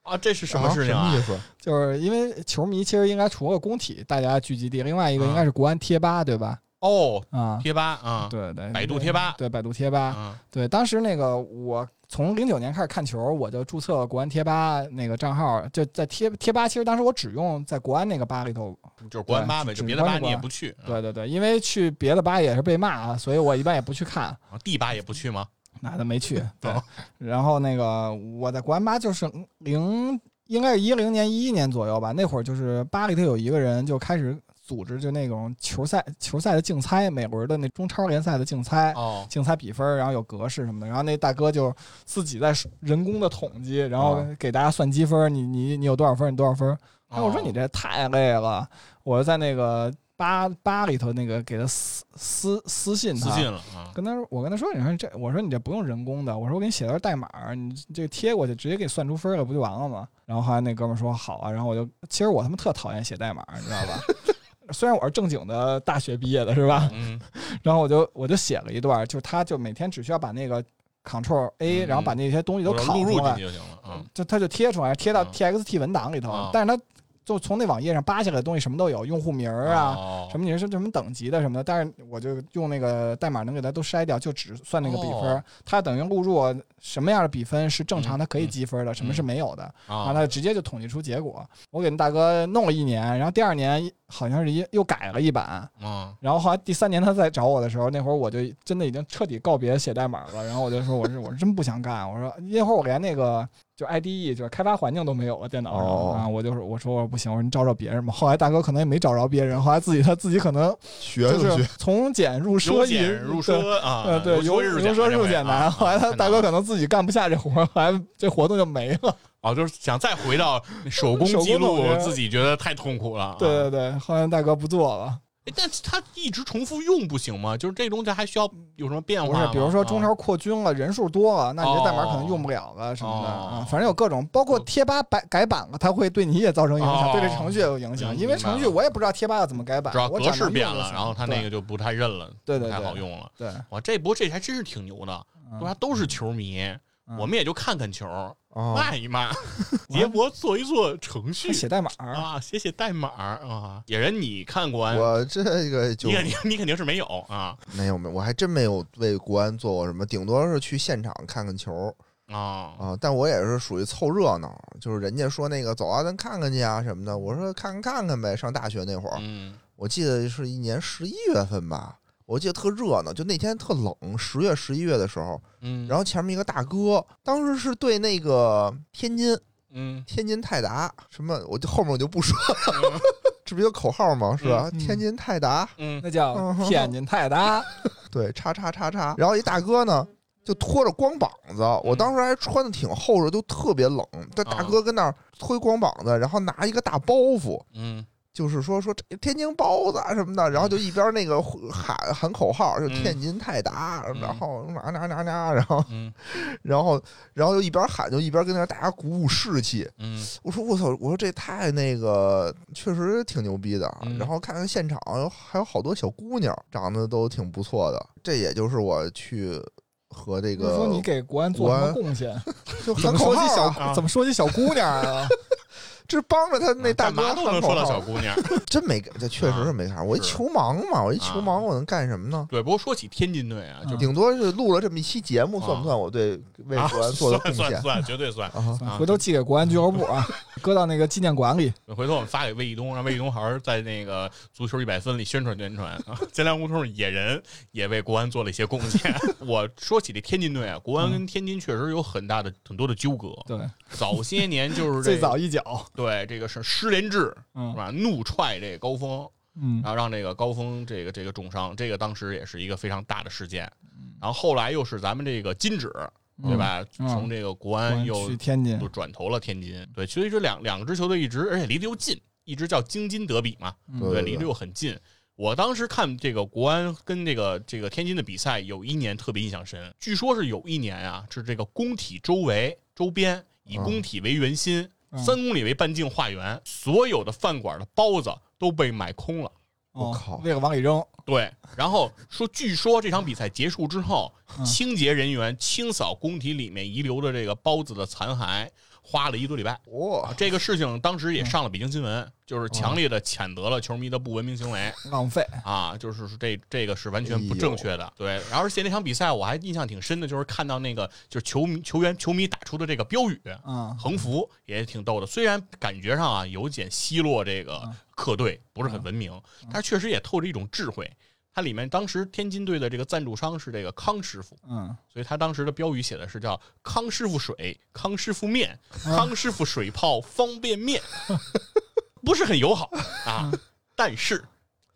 S2: 啊？这是
S3: 哦
S2: 什么事情
S1: 啊
S2: 啊？
S1: 什么意思？
S3: 就是因为球迷其实应该除了工体大家聚集地，另外一个
S2: 啊
S3: 应该是国安贴吧，对吧？
S2: 哦，
S3: 啊，
S2: 贴吧啊，
S3: 对对，
S2: 百度贴吧
S3: 对百度贴吧，
S2: 啊，
S3: 对，当时那个我。从零九年开始看球，我就注册了国安贴吧那个账号，就在贴贴吧。其实当时我只用在国安那个吧里头
S2: 就是国安吧呗，
S3: 对
S2: 就别的吧
S3: 只关注
S2: 你也
S3: 国安
S2: 不去，啊
S3: 对对对，因为去别的吧也是被骂啊，所以我一般也不去看，
S2: 地啊吧也不去吗？
S3: 哪都没去。对
S2: 哦，
S3: 然后那个我在国安吧就是零，应该是一零年、一一年左右吧，那会儿就是吧里头有一个人就开始组织就那种球赛、球赛的竞猜，美国的那中超联赛的竞猜。
S2: 哦，
S3: 竞猜比分，然后有格式什么的，然后那大哥就自己在人工的统计，然后
S2: 啊
S1: 哦
S3: 给大家算积分，你你你有多少分，你多少分，哎，我说你
S2: 这
S3: 这太累了，我在那个吧吧里头那个给他私私私信他，
S2: 自信了啊，
S3: 跟他说我跟他说，你说这，我说你这不用人工的，我说我给你写段代码，你这个贴过去直接给你算出分儿了，不就完了吗？然后后来那哥们儿说好啊，然后我就其实我他妈特讨厌写代码，你知道吧？ 虽然我是正经的大学毕业的，是吧？
S2: 嗯，
S3: 然后我就我就写了一段，就是他就每天只需要把那个 Ctrl A，、
S2: 嗯
S3: 然后把那些东西都
S2: 我
S3: 拷
S2: 录入
S3: 出
S2: 进
S3: 来
S2: 去，就行了啊。
S3: 就它就贴出来，贴到
S2: 嗯
S3: txt 文档里头，
S2: 啊
S3: 但是它就从那网页上扒下来的东西什么都有，用户名儿啊，
S2: 哦
S3: 什么你是什么等级的什么的，但是我就用那个代码能给它都筛掉，就只算那个比分儿，
S2: 哦
S3: 它等于录入什么样的比分是正常
S2: 嗯
S3: 它可以积分的，什么是没有的，然后
S2: 啊
S3: 它直接就统计出结果。我给那大哥弄了一年，然后第二年好像是一又改了一版。
S2: 啊，
S3: 然后后来第三年他再找我的时候，那会儿我就真的已经彻底告别写代码了。然后我就说，我是我是真不想干。我说那会儿我连那个就 IDE 就是开发环境都没有了，电脑上、
S1: 哦
S3: 啊，我就说我说我不行，我说你找找别人吧。后来大哥可能也没找着别人，后来自己他自己可能
S1: 学
S3: 就
S1: 就学
S3: 是，从简入奢
S2: 由
S3: 易
S2: 俭入
S3: 对
S2: 奢啊，
S3: 呃，对，由
S2: 由
S3: 由
S2: 俭
S3: 奢
S2: 啊难
S3: 入俭难。后来他大哥可能自己干不下这活儿，后来这活动就没了。
S2: 哦，就是想再回到手工
S3: 手工
S2: 记录
S3: 总，结
S2: 自己觉得太痛苦了啊。
S3: 对对对，后来大哥不做了。
S2: 哎，但是他一直重复用不行吗？就是这东西还需要有什么变
S3: 不
S2: 化
S3: 是
S2: 吗？，
S3: 比如说中
S2: 啊
S3: 超扩军了，人数多了，那你这代码可能用不了了什么的
S2: 哦
S3: 啊。反正有各种，包括贴吧改改版了，它会对你也造成影
S2: 哦嗯
S3: 响，对这程序也有影响。
S2: 明
S3: 因为程序
S2: 明白
S3: 我也不知道贴吧要怎么改版
S2: 只要，格
S3: 我只
S2: 式
S3: 能
S2: 变
S3: 用就
S2: 了，
S3: 行
S2: 然后他那个就不太认了，
S3: 对对
S2: 不太
S3: 对
S2: 好用了。
S3: 对，
S2: 哇，这不过这还真是挺牛的，
S3: 嗯
S2: 大家都是球迷，
S3: 嗯
S2: 我们也就看看球，
S1: 哦
S3: 啊
S2: 骂一 骂，杰博做一做程序
S3: 对写代码，
S2: 啊，写写代码啊。野人，你看过安？
S1: 啊我这个就
S2: 你肯定你肯定是没有啊
S1: 没有没有，我还真没有为国安做过什么，顶多是去现场看看球
S2: 啊
S3: 哦
S1: 啊。但我也是属于凑热闹，就是人家说那个走啊，咱看看去啊什么的，我说看看看看呗。上大学那会儿，
S2: 嗯
S1: 我记得是一年十一月份吧，我记得特热闹，就那天特冷，十月十一月的时候，
S2: 嗯，
S1: 然后前面一个大哥，当时是对那个天津
S2: 嗯
S1: 天津泰达什么，我就后面我就不说了，这不有口号吗？是吧？
S3: 嗯嗯
S1: 天津泰达。
S2: 嗯
S3: 那叫天津泰达，
S1: 对，叉叉叉叉。嗯然后一大哥呢，就拖着光膀子，我当时还穿的挺厚实，就特别冷。这大哥跟那儿推光膀子，然后拿一个大包袱，
S2: 嗯
S1: 就是说说这天津包子啊什么的，然后就一边那个喊喊口号，就
S2: 嗯
S1: 天津泰达，啊
S2: 嗯
S1: 然后哪哪哪哪，然后
S2: 嗯
S1: 然后然后就一边喊，就一边跟那儿大家鼓舞士气。
S2: 嗯
S1: 我说我操，我说这太那个，确实挺牛逼的。啊
S2: 嗯
S1: 然后看看现场，还有好多小姑娘长得都挺不错的。这也就是我去和这
S3: 你说
S1: 个
S3: 你给国安做什么贡献？
S1: 就喊
S3: 怎么说
S1: 口 号
S3: 起
S1: 啊、
S3: 小怎么说起小姑娘啊？
S1: 这帮着他那大
S2: 啊干嘛
S1: 哥啊
S2: 都能
S1: 喊
S2: 说
S1: 口
S2: 到小
S1: 号，
S2: 姑娘。
S1: 真没这确实是没啥。我一
S2: 是
S1: 球盲嘛，我一
S2: 啊
S1: 球盲，我能干什么呢？
S2: 对，不过说起天津队 啊，就
S3: 嗯
S1: 顶多是录了这么一期节目，算不算我对为
S2: 啊
S1: 国 安做的贡
S2: 算算
S1: 献
S2: 算，绝对算。
S1: 啊？
S2: 啊
S3: 嗯回头寄给国安俱乐部 啊，搁到那个纪念馆里。
S2: 回头我们发给魏一东，让魏一东好好在那个足球一百分里宣传宣传啊。 前两胡同野人也为国安做了一些贡献。 我说起这天津队啊，国安跟
S1: 嗯
S2: 天津确实有很大的很多的纠葛。
S3: 对，
S2: 早些年就是这
S3: 最早一脚，
S2: 对这个是施连志是
S3: 嗯
S2: 吧？怒踹这个高峰，
S3: 嗯
S2: 然后让这个高峰这个这个重伤，这个当时也是一个非常大的事件。然后后来又是咱们这个金指对吧？
S3: 嗯
S2: 从这个国
S3: 国安
S2: 安又
S3: 去天津
S2: 就，转投了天津。对，所以这两两支球队一直，而且离得又近，一直叫京津德比嘛，
S3: 嗯
S1: 对
S2: 离得又很近。我当时看这个国安跟这个这个天津的比赛，有一年特别印象深。据说是有一年啊，是这个工体周围周边以
S1: 嗯
S2: 工体为圆心，
S3: 嗯
S2: 三公里为半径画圆，所有的饭馆的包子都被买空了。
S1: 我
S3: 哦
S1: 靠
S3: 为了往里扔，
S2: 对，然后说，据说这场比赛结束之后，
S3: 嗯
S2: 清洁人员清扫工体里面遗留的这个包子的残骸，花了一个多礼拜。
S1: 哇
S2: 啊，这个事情当时也上了北京新闻，就是强烈的谴责了球迷的不文明行为
S3: 浪费。
S2: 啊，就是说这这个是完全不正确的。对，然后而且那场比赛我还印象挺深的，就是看到那个就是球迷球员球迷打出的这个标语
S3: 嗯
S2: 横幅也挺逗的，虽然感觉上啊有点奚落这
S3: 嗯
S2: 个客队，不是很文明，但是确实也透着一种智慧。它里面当时天津队的这个赞助商是这个康师傅，
S3: 嗯，
S2: 所以他当时的标语写的是叫“康师傅水、康师傅面、
S3: 啊
S2: 康师傅水泡方便面”，不是很友 好啊，但是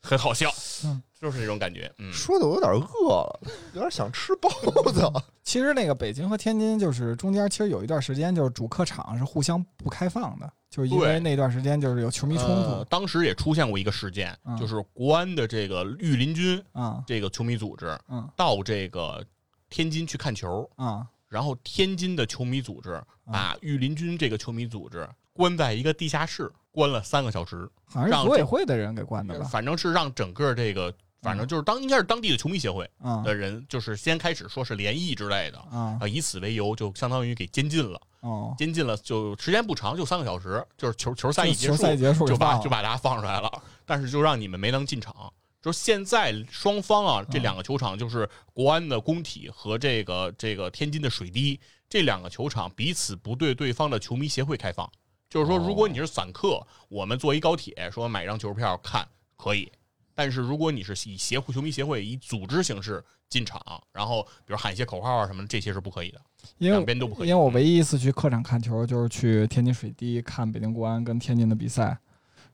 S2: 很好笑
S3: 嗯，
S2: 就是这种感觉。嗯，
S1: 说的我有点饿了，有点想吃包子。
S3: 其实那个北京和天津就是中间，其实有一段时间就是主客场是互相不开放的，就是因
S2: 对
S3: 为那段时间就是有球迷冲
S2: 呃
S3: 突
S2: 当时也出现过一个事件，
S3: 嗯
S2: 就是国安的这个御林军
S3: 啊
S2: 这个球迷组织
S3: 嗯
S2: 到这个天津去看球，
S3: 啊
S2: 然后天津的球迷组织
S3: 嗯
S2: 把御林军这个球迷组织关在一个地下室，关了三个小时。
S3: 好像是
S2: 让
S3: 组委会的人给关的
S2: 呃
S3: 吧？嗯
S2: 反正是让整个这个，反正就是当应该是当地的球迷协会
S3: 啊
S2: 的人，就是先开始说是联谊之类的，
S3: 啊
S2: 啊，以此为由就相当于给监禁了，
S3: 哦，
S2: 监禁了就时间不长，就三个小时，就是球球赛
S3: 就
S2: 一
S3: 是
S2: 结
S3: 球赛结束
S2: 就把
S3: 放了
S2: 就把大家放出来了，但是就让你们没能进场。就是现在双方啊，
S3: 嗯
S2: 这两个球场就是国安的工体和这个这个天津的水滴，这两个球场彼此不对对方的球迷协会开放。就是说，如果
S3: 哦
S2: 你是散客，我们坐一高铁说买张球票看可以，但是如果你是以协会球迷协会以组织形式进场，然后比如喊一些口号啊什么的，这些是不可以的，
S3: 因为
S2: 两边都不可
S3: 因
S2: 以。
S3: 为我唯一一次去客场看球就是去天津水滴看北京国安跟天津的比赛，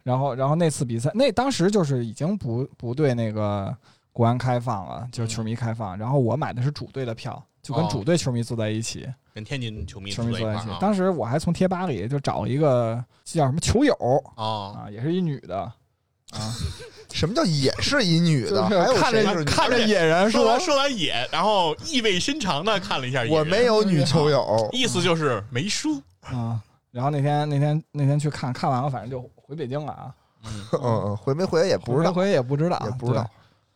S3: 然后然后那次比赛那当时就是已经不不对那个国安开放了，就是球迷开放，然后我买的是主队的票，就跟
S2: 嗯哦
S3: 主队球迷坐在一起，
S2: 跟天津球迷
S3: 球
S2: 坐
S3: 迷
S2: 在一
S3: 坐
S2: 块
S3: 在
S2: 儿
S3: 一起
S2: 啊。
S3: 当时我还从贴吧里就找了一个叫什么球友
S2: 啊，
S3: 啊，也是一女 的啊，
S1: 什么叫也是一女
S3: 就
S1: 的？还有
S3: 是看
S1: 谁是
S3: 着
S1: 女的
S3: 看着野人
S2: 说
S3: 说
S2: 完说完野，然后意味深长的看了一下野人，
S1: 我没有女 球友，
S2: 意思就是没输。
S3: 啊，然后那天那天那天去看看完了，反正就回北京了啊，
S1: 嗯嗯，回没回来也不知
S3: 回
S1: 道
S3: 没，回也不知道，
S1: 也不知道
S3: 对。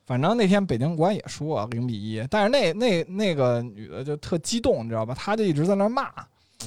S3: 反正那天北京国安也输啊，零比一。但是那那那个女的就特激动，你知道吧？她就一直在那儿骂。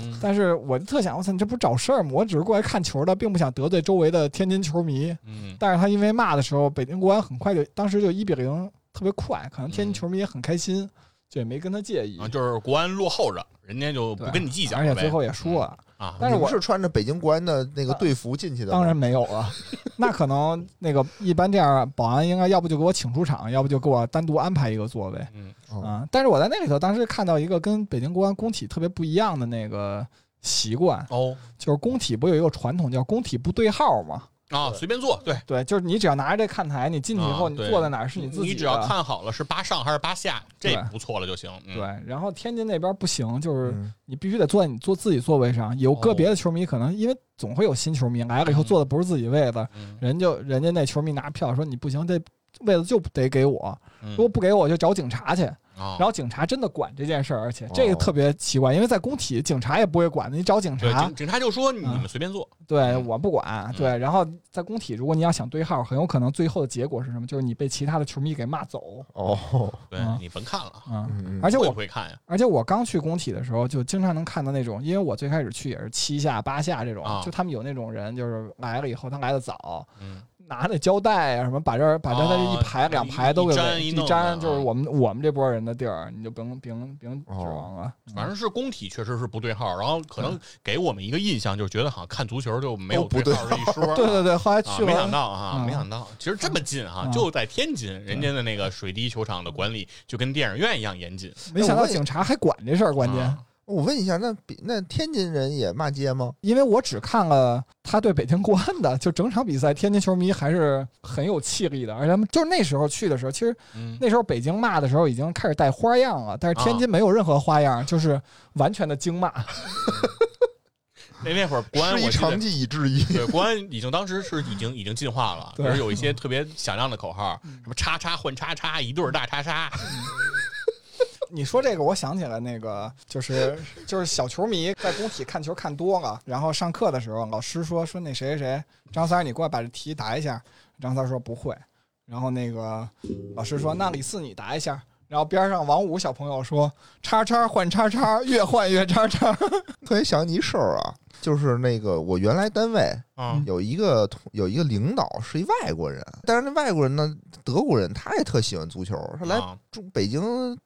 S2: 嗯
S3: 但是我就特想，我操，你这不是找事儿吗？我只是过来看球的，并不想得罪周围的天津球迷。
S2: 嗯
S3: 但是她因为骂的时候，北京国安很快就当时就一比零，特别快，可能天津
S1: 嗯
S3: 球迷也很开心，就也没跟她介意
S2: 啊，。就是国安落后着，人家就不
S3: 对
S2: 跟你计较
S3: 而且
S2: 了呗。
S3: 最后也输了，
S2: 啊，
S3: 但是
S1: 你们
S3: 我
S1: 是穿着北京国安的那个队服进去的吗，
S3: 当然没有了。那可能那个一般这样，保安应该要不就给我请出场，要不就给我单独安排一个座位。
S2: 嗯
S1: 嗯
S3: 啊，但是我在那里头当时看到一个跟北京国安工体特别不一样的那个习惯，
S2: 哦
S3: 就是工体不有一个传统叫工体不对号嘛？
S2: 啊，随便坐，对，
S3: 对，就是你只要拿着这看台，你进去以后，
S2: 啊
S3: 你
S2: 对
S3: 坐在哪儿是你自己的。
S2: 只要看好了是八上还是八下，这
S3: 对
S2: 不错了就行。嗯
S3: 对，，然后天津那边不行，就是
S1: 嗯
S3: 你必须得坐在你坐自己座位上。有个别的球迷可能因为总会有新球迷来了以后
S2: 哦嗯
S3: 坐的不是自己位子，
S2: 嗯
S3: 人就人家那球迷拿票说你不行，这位子就得给我，
S2: 嗯
S3: 如果不给我就找警察去。
S2: 啊
S3: 然，后警察真的管这件事儿，而且这个特别奇怪，因为在工体警察也不会管的，你找警
S2: 哦对，
S3: 察嗯
S2: 警，嗯警察就说你们随便做，
S3: 对我不管，对。然后在工体，如果你要想对号，很有可能最后的结果是什么？就是你被其他的球迷给骂走，
S1: 哦，
S2: 对
S3: 嗯
S2: 你甭看了，
S3: 嗯。
S1: 嗯，
S3: 而且
S2: 会
S3: 我
S2: 不会看呀？
S3: 而且我刚去工体的时候，就经常能看到那种，因为我最开始去也是七下八下这种
S2: 啊，
S3: 就他们有那种人，就是来了以后他来的早，
S2: 嗯，
S3: 拿那胶带啊什么，把这儿把这儿
S2: 哦
S3: 一排两排都
S2: 一
S3: 给
S2: 粘
S3: 围
S2: 一
S3: 一
S2: 弄
S3: 粘，
S2: 的
S3: 就是
S2: 啊
S3: 我们我们这波人的地儿，你就甭甭甭
S1: 哦
S3: 指望了。
S2: 反正是工体确实是不对号，然后可
S3: 嗯
S2: 能给我们一个印象就是觉得好像看足球就没有
S1: 哦都不
S2: 对号这一说，
S3: 嗯对对对，后来
S2: 啊，
S3: 去
S2: 没想
S3: 了，
S2: 到啊，
S3: 嗯
S2: 没想到，其实这么近啊，
S3: 嗯
S2: 就在天津，人家的那个水滴球场的管理就跟电影院一样严谨。
S3: 没想
S1: 哎
S3: 到
S1: 我也
S3: 警察还管这事儿，关键。
S2: 啊
S1: 我问一下，那比那天津人也骂街吗？
S3: 因为我只看了他对北京国安的，就整场比赛，天津球迷还是很有气力的。而且他们就是那时候去的时候，其实
S2: 嗯，啊
S3: 那时候北京骂的时候已经开始带花样了，但是天津没有任何花样，就是完全的惊骂。
S2: 那那会儿国安
S1: 是
S2: 我
S1: 一
S2: 记得
S1: 成。绩以制一，
S2: 对，国安已经当时是已经已经进化了，
S3: 对
S2: 就是有一些特别响亮的口号，
S1: 嗯
S2: 什么叉叉换叉叉，一对儿大叉叉，
S3: 你说这个，我想起来那个，就是就是小球迷在工体看球看多了，然后上课的时候，老师说说那谁谁谁张三儿，你过来把这题答一下。张三儿说不会，然后那个老师说那李四你答一下。然后边上王五小朋友说：“叉叉换叉叉，越换越叉叉。
S1: 特别想起一事儿啊，就是那个我原来单位
S2: 啊，
S1: 有一个同有一个领导是一外国人，但是那外国人呢，德国人，他也特喜欢足球，他来
S2: 啊
S1: 中北京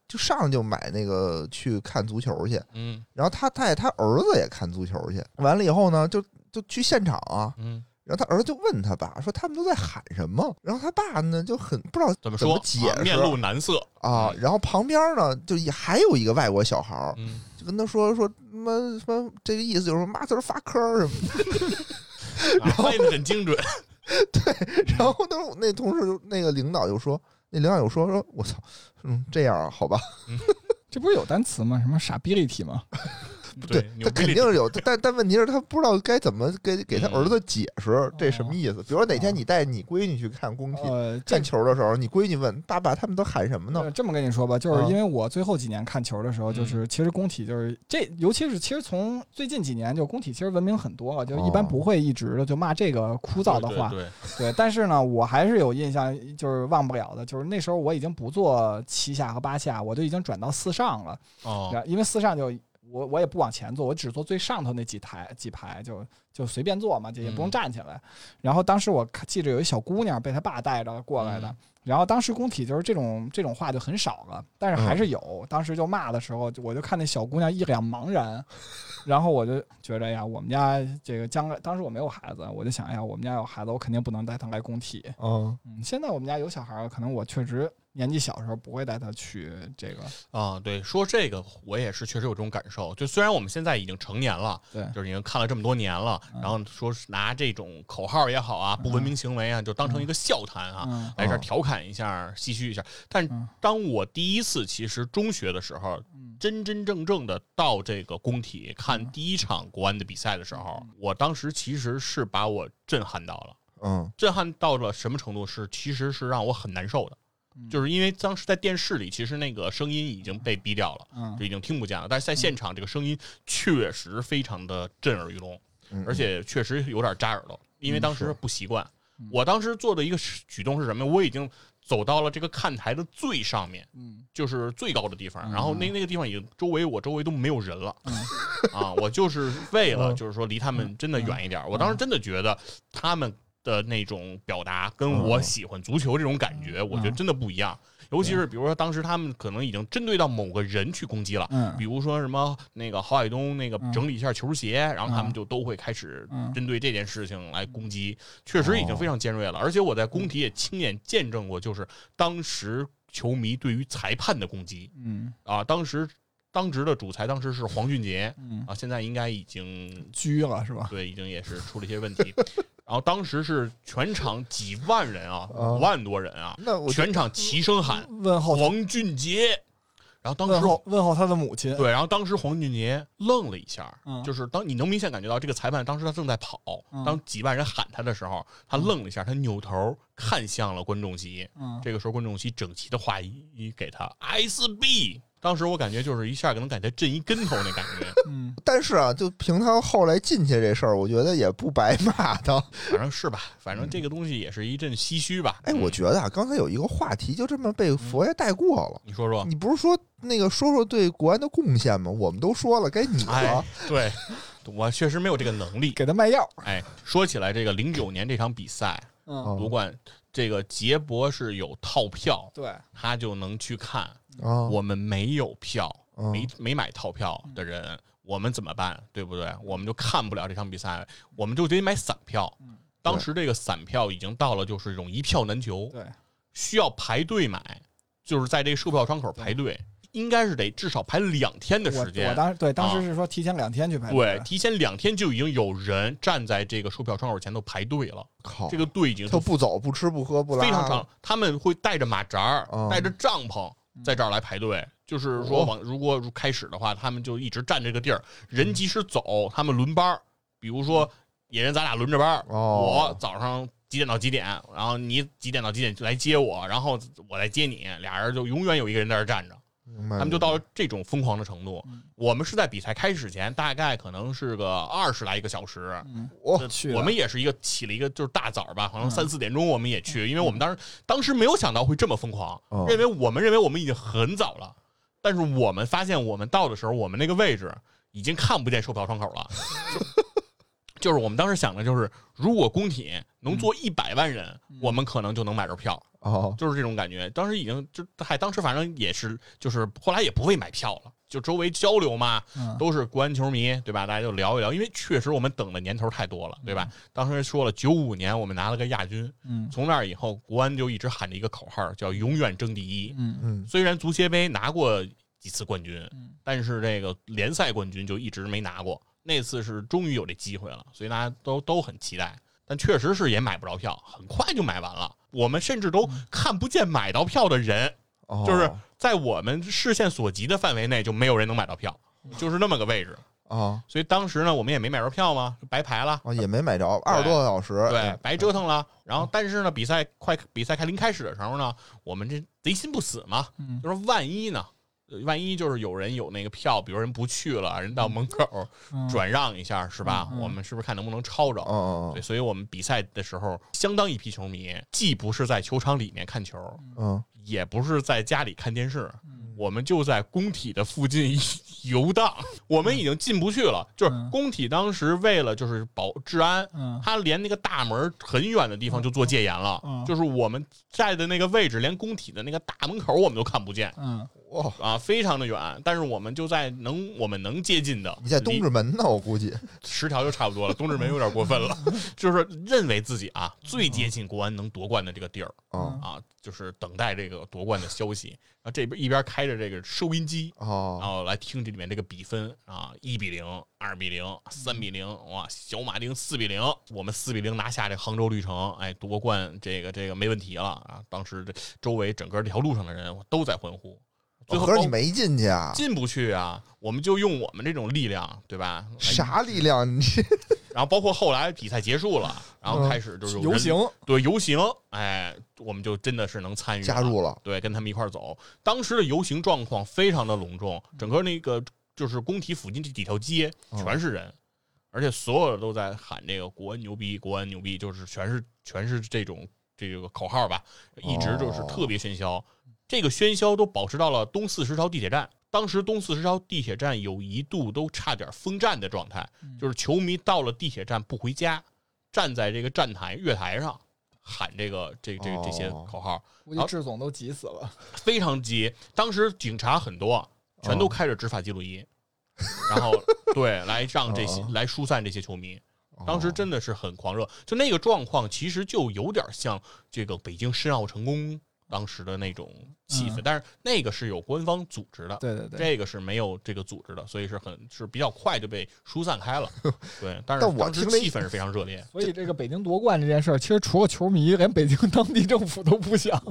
S1: 就上来就买那个去看足球去，
S2: 嗯
S1: 然后他带他儿子也看足球去，完了以后呢，就就去现场啊，
S2: 嗯，
S1: 然后他儿子就问他爸说他们都在喊什么，然后他爸呢就很不知道
S2: 怎么
S1: 么
S2: 说？
S1: 解释
S2: 啊面露难 色，
S1: 啊，然后旁边呢就也还有一个外国小孩儿，
S2: 嗯，
S1: 就跟他说说什么什么这个意思就是 motherfucker 什么
S2: 啊翻译的很精准，
S1: 的，然后那那同事就那个领导就说。那领导就说说，我操，嗯，这样啊，好吧，”
S3: 这不是有单词吗？什么傻逼力体吗？
S2: 对，
S1: 他
S2: 牛逼
S1: 肯
S2: 力
S1: 定是有，但但问题是，他不知道该怎么给给他
S2: 嗯哦
S1: 儿子解释这什么意思。比如说哪天你带你闺女去看工体、
S3: 呃，这
S1: 看球的时候，你闺女问爸爸他们都喊什么呢？
S3: 呃这么跟你说吧，
S2: 啊
S3: 就是
S1: 嗯
S3: 因为我最后几年看球的时候，
S2: 嗯
S3: 就是其实工体就是这，尤其是其实从最近几年，就工体其实文明很多了，啊就一般
S1: 哦
S3: 不会一直的就骂这个枯燥的
S2: 对
S3: 话。
S2: 对对
S3: 对，但是呢，我还是有印象，就是忘不了的，就是那时候我已经不做七下和八下，我就已经转到四上了，
S2: 哦，
S3: 然后啊因为四上就。我我也不往前坐，我只坐最上头那几台几排，就就随便坐嘛，就也不用
S2: 嗯
S3: 站起来。然后当时我看记着有一小姑娘被她爸带着过来的，
S2: 嗯
S3: 然后当时工体就是这种这种话就很少了，但
S2: 嗯
S3: 是还是有。当时就骂的时候，就我就看那小姑娘一脸茫然，然后我就觉着哎呀，我们家这个将来，当时我没有孩子，我就想哎呀，我们家有孩子，我肯定不能带她来工体。
S1: 嗯，
S3: 嗯，现在我们家有小孩儿，可能我确实年纪小的时候不会带他去这个。
S2: 啊，对，说这个我也是确实有这种感受。就虽然我们现在已经成年了，
S3: 对
S2: 就是已经看了这么多年了，
S3: 嗯
S2: 然后说是拿这种口号也好啊，不文明行为啊，就当成一个笑谈啊，
S3: 嗯
S2: 来这儿调侃一下、唏嘘一下。但
S3: 嗯
S2: 当我第一次其实中学的时候，
S3: 嗯
S2: 真真正正的到这个工体看第一场国安的比赛的时候，
S3: 嗯
S2: 我当时其实是把我震撼到了。
S1: 嗯，
S2: 震撼到了什么程度是？其实是让我很难受的，
S3: 嗯
S2: 就是因为当时在电视里，其实那个声音已经被逼掉了，
S3: 嗯
S2: 就已经听不见了。但是在现场，这个声音确实非常的震耳欲聋，
S1: 嗯
S2: 而且确实有点扎耳朵，因为当时不习惯
S3: 嗯。
S2: 我当时做的一个举动是什么？我已经走到了这个看台的最上面，
S3: 嗯
S2: 就是最高的地方，
S3: 嗯
S2: 然后那那个地方已经周围我周围都没有人了
S3: 嗯，
S2: 啊，我就是为了
S1: 嗯
S2: 就是说离他们真的远一点儿。我当时真的觉得他们的那种表达跟我喜欢足球这种感觉，我觉得真的不一样。尤其是比如说当时他们可能已经针对到某个人去攻击了。比
S3: 嗯
S2: 如说什么那个郝海东那个
S3: 嗯
S2: 整理一下球鞋，然后他们
S3: 嗯
S2: 就都会开始
S3: 嗯哦
S2: 针对这件事情来攻击，确实已经非常尖锐了。而且我在工体也亲眼见证过，就是当时球迷对于裁判的攻击
S3: 嗯
S2: 啊，当时当值的主裁当时是黄俊杰
S3: 嗯，
S2: 啊，现在应该已经
S3: 狙了是吧？
S2: 对已经也是出了一些问题。然后当时是全场几万人啊，
S3: 哦
S1: 啊
S2: 五万多人啊，
S1: 那我
S2: 全场齐声喊
S3: 问候
S2: 黄俊杰，然后当
S3: 问
S2: 时
S3: 候问候他的母亲，
S2: 对，然后当时黄俊杰愣了一下，
S3: 嗯
S2: 就是当你能明显感觉到这个裁判当时他正在跑，
S3: 嗯
S2: 当几万人喊他的时候，他愣了一下，他扭头看向了观众席。
S3: 嗯，
S2: 这个时候，观众席整齐的话一给他 S B。当时我感觉就是一下可能感觉震一跟头那感觉，
S3: 嗯，
S1: 但是啊，就凭他后来进去这事儿，我觉得也不白骂他。
S2: 反正是吧，反正
S3: 嗯
S2: 这个东西也是一阵唏嘘吧。嗯
S1: 哎，我觉得啊，刚才有一个话题就这么被佛爷带过了。
S2: 你说说，
S3: 嗯
S1: 你不是说那个说说对国安的贡献吗？我们都说了，该你了。
S3: 啊
S2: 哎，对我确实没有这个能力。
S3: 给他卖药，
S2: 哎，说起来这个零九年这场比赛，
S3: 嗯，
S1: 嗯
S2: 夺冠这个杰博是有套票，
S3: 对，
S2: 他就能去看。
S3: 哦
S1: 啊，
S2: 我们没有票，
S1: 嗯
S2: 没没买套票的
S3: 嗯
S2: 人，我们怎么办？对不对？我们就看不了这场比赛，我们就得买散票。
S3: 嗯
S2: 当时这个散票已经到了就是这种一票难求，
S3: 对，
S2: 需要排队买，就是在这个售票窗口排队，应该是得至少排两天的
S3: 我
S2: 时间
S3: 我。当时对当
S2: 啊
S3: 时是说提前两天去排
S2: 对
S3: 队，，
S2: 提前两天就已经有人站在这个售票窗口前头排队了，
S1: 靠，
S3: 哦
S2: 这个队已经
S1: 他不走，不吃，不喝，不拉，
S2: 非常长，他们会带着马扎儿、
S1: 嗯哦
S2: 带着帐篷在这儿来排队。就是说往，如果如开始的话，他们就一直站这个地儿，人即使走，他们轮班儿。比如说，野人咱俩轮着班儿，
S1: 哦
S2: 我早上几点到几点，然后你几点到几点来接我，然后我来接你，俩人就永远有一个人在这儿站着。
S1: 明白
S2: 他们就到了这种疯狂的程度
S3: 嗯。
S2: 我们是在比赛开始前，大概可能是个二十来个小时，
S3: 嗯，
S1: 我
S2: 那
S3: 去
S2: 我
S3: 了
S2: 们也是一个起了一个就是大早吧，好像
S3: 嗯
S2: 三四点钟我们也去，因为我们当时当时没有想到会这么疯狂，
S1: 嗯
S2: 认为我们认为我们已经很早了，但是我们发现我们到的时候，我们那个位置已经看不见售票窗口了。就就是我们当时想的就是，如果工体能坐一百万人，我们可能就能买着票，
S1: 哦，
S2: 就是这种感觉。当时已经就嗨，当时反正也是，就是后来也不会买票了，就周围交流嘛，
S3: 嗯
S2: 都是国安球迷，对吧？大家就聊一聊，因为确实我们等的年头太多了，对吧？当时说了，九五年我们拿了个亚军，
S3: 嗯
S2: 从那儿以后，国安就一直喊着一个口号，叫“永远争第一
S3: 嗯”。
S1: 嗯，
S2: 虽然足协杯拿过几次冠军
S3: 嗯，
S2: 但是这个联赛冠军就一直没拿过。那次是终于有这机会了，所以大家都都很期待。但确实是也买不着票，很快就买完了。我们甚至
S3: 嗯
S2: 都看不见买到票的人，
S1: 哦
S2: 就是在我们视线所及的范围内，就没有人能买到票，就是那么个位置。
S1: 啊
S2: 所以当时呢，我们也没买着票嘛，白排了，
S1: 啊也没买着，二十多个小时，
S3: 哎
S2: 对，白折腾了。然后，但是呢，比赛快比赛开临开始的时候呢，我们这贼心不死嘛，
S3: 嗯
S2: 就说万一呢，呃万一就是有人有那个票，比如人不去了，人到门口
S3: 嗯，
S2: 转让一下，是吧？
S3: 嗯嗯
S2: 我们是不是看能不能抄着？
S1: 嗯
S2: 对，所以我们比赛的时候，相当一批球迷既不是在球场里面看球，
S1: 嗯嗯
S2: 也不是在家里看电视，
S3: 嗯
S2: 我们就在工体的附近游 荡，我们已经进不去了。就是工体当时为了就是保治安，
S3: 嗯
S2: 他连那个大门很远的地方就做戒严了，
S3: 嗯
S2: 就是我们在的那个位置，连工体的那个大门口我们都看不见
S3: 嗯，
S1: 嗯，哇，
S2: 啊，非常的远。但是我们就在能我们能接近的，
S1: 你在东
S2: 离
S1: 直门呢，我估计
S2: 十条就差不多了，东直门有点过 分了，就是认为自己啊最
S3: 嗯
S2: 接近国安能夺冠的这个地儿。
S1: 啊
S2: 啊，就是等待这个夺冠的消息。然后这边一边开着这个收音机，然
S1: 哦，
S2: 后来听这里面这个比分啊，一比零、二比零、三比零，哇，小马丁四比零，我们四比零拿下这杭州绿城，哎，夺冠这个这个没问题了啊！当时这周围整个这条路上的人都在欢呼，最后
S1: 哦合着
S2: 包
S1: 你没进去啊？
S2: 进不去啊，我们就用我们这种力量，对吧？来
S1: 啥力量？你这
S2: 然后包括后来比赛结束了，然后
S1: 嗯
S2: 开始就是有
S3: 游
S2: 人
S3: 行，
S2: 对游行，哎，我们就真的是能参与
S1: 加
S2: 了
S1: 入了
S2: 对，跟他们一块儿走。当时的游行状况非常的隆重，整个那个就是工体附近这几条街
S1: 嗯
S2: 全是人，而且所有的都在喊这个“国安牛逼，国安牛逼”，就是全是全是这种这个口号吧，一直就是
S1: 哦
S2: 特别喧嚣。这个喧嚣都保持到了东四十条地铁站。当时东四十条地铁站有一度都差点封站的状态，
S1: 嗯
S2: 就是球迷到了地铁站不回家，站在这个站台月台上喊这个这这这些
S1: 哦
S2: 口号。
S3: 估计志总都急死了，
S2: 非常急。当时警察很多，全都开着执法记录仪， 然后对来让这些
S1: 哦
S2: 来疏散这些球迷。当时真的是很狂热，就那个状况其实就有点像这个北京申奥成功当时的那种气氛，
S3: 嗯
S2: 但是那个是有官方组织的。
S3: 对对对，
S2: 这个是没有这个组织的，所以是很是比较快就被疏散开了。对，但是
S1: 但我
S2: 当时
S1: 听了一
S2: 气氛是非常热烈。
S3: 所以这个北京夺冠这件事儿，其实除了球迷，连北京当地政府都不想。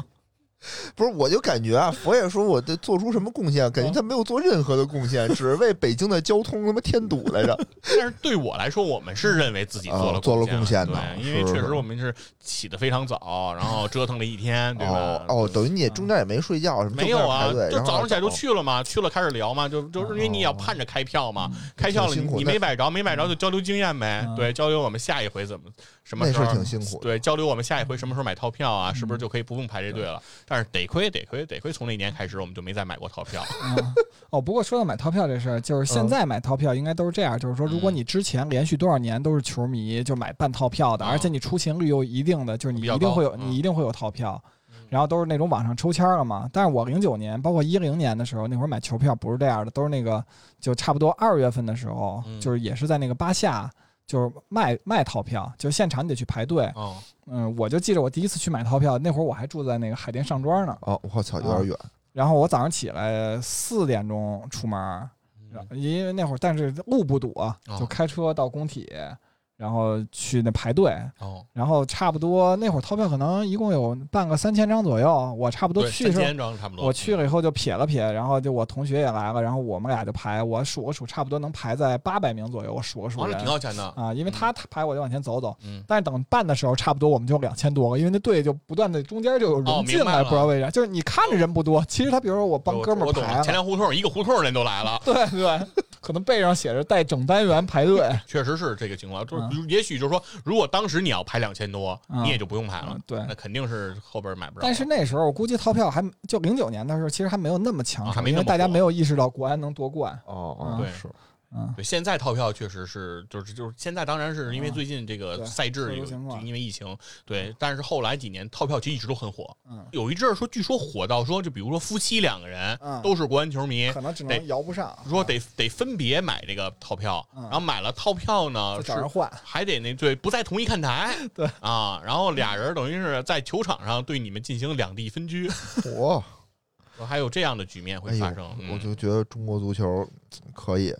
S1: 不是，我就感觉啊，佛爷说我这做出什么贡献，
S2: 嗯
S1: 感觉他没有做任何的贡献，只是为北京的交通他妈添堵来着。
S2: 但是对我来说，我们是认为自己做了
S1: 啊做了贡献
S2: 对
S1: 的，
S2: 因为
S1: 是
S2: 确实我们是起得非常早，然后折腾了一天， 对吧
S1: 哦？哦，等于你也中间也没睡觉，什么
S2: 没有啊，
S1: 就在那儿排队
S2: 就
S1: 然后哦
S2: 早上起来就
S1: 找
S2: 去了嘛，去了开始聊嘛，就就是因为你也要盼着开票嘛，开票了你
S1: 嗯挺辛苦
S2: 你
S1: 那
S2: 没买着，没买着就交流经验呗，
S3: 嗯
S2: 对，交流我们下一回怎么什么
S1: 那
S2: 时候
S1: 是挺辛苦的。嗯
S2: 对，交流我们下一回什么时候买套票啊，是不是就可以不用排这队了？但是得亏得亏得亏，从那年开始我们就没再买过套票。
S3: 嗯 哦，不过说到买套票这事儿，就是
S2: 嗯
S3: 现在买套票应该都是这样，就是说，如果你之前连续多少年都是球迷，就买半套票的，
S2: 嗯
S3: 而且你出勤率又一定的，就是你
S2: 比较
S3: 一定会有，
S2: 高嗯
S3: 你一定会有套票
S2: 嗯。
S3: 然后都是那种网上抽签儿了嘛，但是我零九年，包括一零年的时候，那会儿买球票不是这样的，都是那个就差不多二月份的时候，
S2: 嗯
S3: 就是也是在那个巴夏，就是卖卖套票，就现场你得去排队。
S2: 哦，
S3: 嗯，我就记着我第一次去买套票，那会儿我还住在那个海淀上庄呢，
S1: 哦，我操，有点远。
S3: 然后我早上起来四点钟出门儿，然后因为那会儿但是路不堵啊
S2: 嗯哦，
S3: 就开车到工体，然后去那排队，
S2: 哦，
S3: 然后差不多那会儿套票可能一共有半个三千张左右，我差不多
S2: 对，
S3: 去的
S2: 三
S3: 时候。
S2: 千张差不多。
S3: 我去了以后就撇了撇，然后就我同学也来了，然后我们俩就排，我数了数，差不多能排在八百名左右，我数了数
S2: 完了哦挺
S3: 人
S2: 嗯靠前的。
S3: 啊，因为他他排我就往前走走，
S2: 嗯，
S3: 但是等办的时候，差不多我们就两千多个，因为那队就不断的中间就有
S2: 哦
S3: 人
S2: 明
S3: 进
S2: 白
S3: 来，
S2: 了
S3: 不知道为啥，就是你看着人不多，其实他比如说我帮
S2: 我
S3: 哥们
S2: 我
S3: 儿
S2: 懂了
S3: 排
S2: 前
S3: 了，
S2: 两胡同一个胡同人都来了，
S3: 对对，可能背上写着带整单元排队，
S2: 确实是这个情况。就是也许就是说，如果当时你要排两千多，
S3: 嗯
S2: 你也就不用排了
S3: 嗯，对
S2: 那肯定是后边买不着。
S3: 但是那时候我估计套票还就零九年的时候，其实还没有那么强
S2: 啊还
S3: 盛，
S2: 没
S3: 因
S2: 那
S3: 为
S2: 么
S3: 大家
S2: 火
S3: 没有意识到国安能夺冠，
S1: 哦
S3: 啊
S2: 对
S1: 是
S3: 嗯，
S2: 对，现在套票确实是，就是就是现在当然是因为最近这个
S3: 对
S2: 赛
S3: 特
S2: 制
S3: 殊
S2: 有，
S3: 情
S2: 就
S3: 况
S2: 因为疫情，对，但是后来几年套票其实一直都很火，
S3: 嗯
S2: 有一阵儿说，据说火到说，就比如说夫妻两个人
S3: 嗯
S2: 都是国安球迷，
S3: 可能只
S2: 得
S3: 能摇不上，
S2: 说得得分别买这个套票，
S3: 嗯
S2: 然后买了套票呢
S3: 再
S2: 是
S3: 找人换，
S2: 还得那对不在同一看台，
S3: 对
S2: 啊，然后俩人等于是在球场上对你们进行两地分 居，
S1: 我，
S2: 还有这样的局面
S1: 哎
S2: 会
S1: 呦
S2: 发生，，
S1: 我
S2: 嗯
S1: 就觉得中国足球可以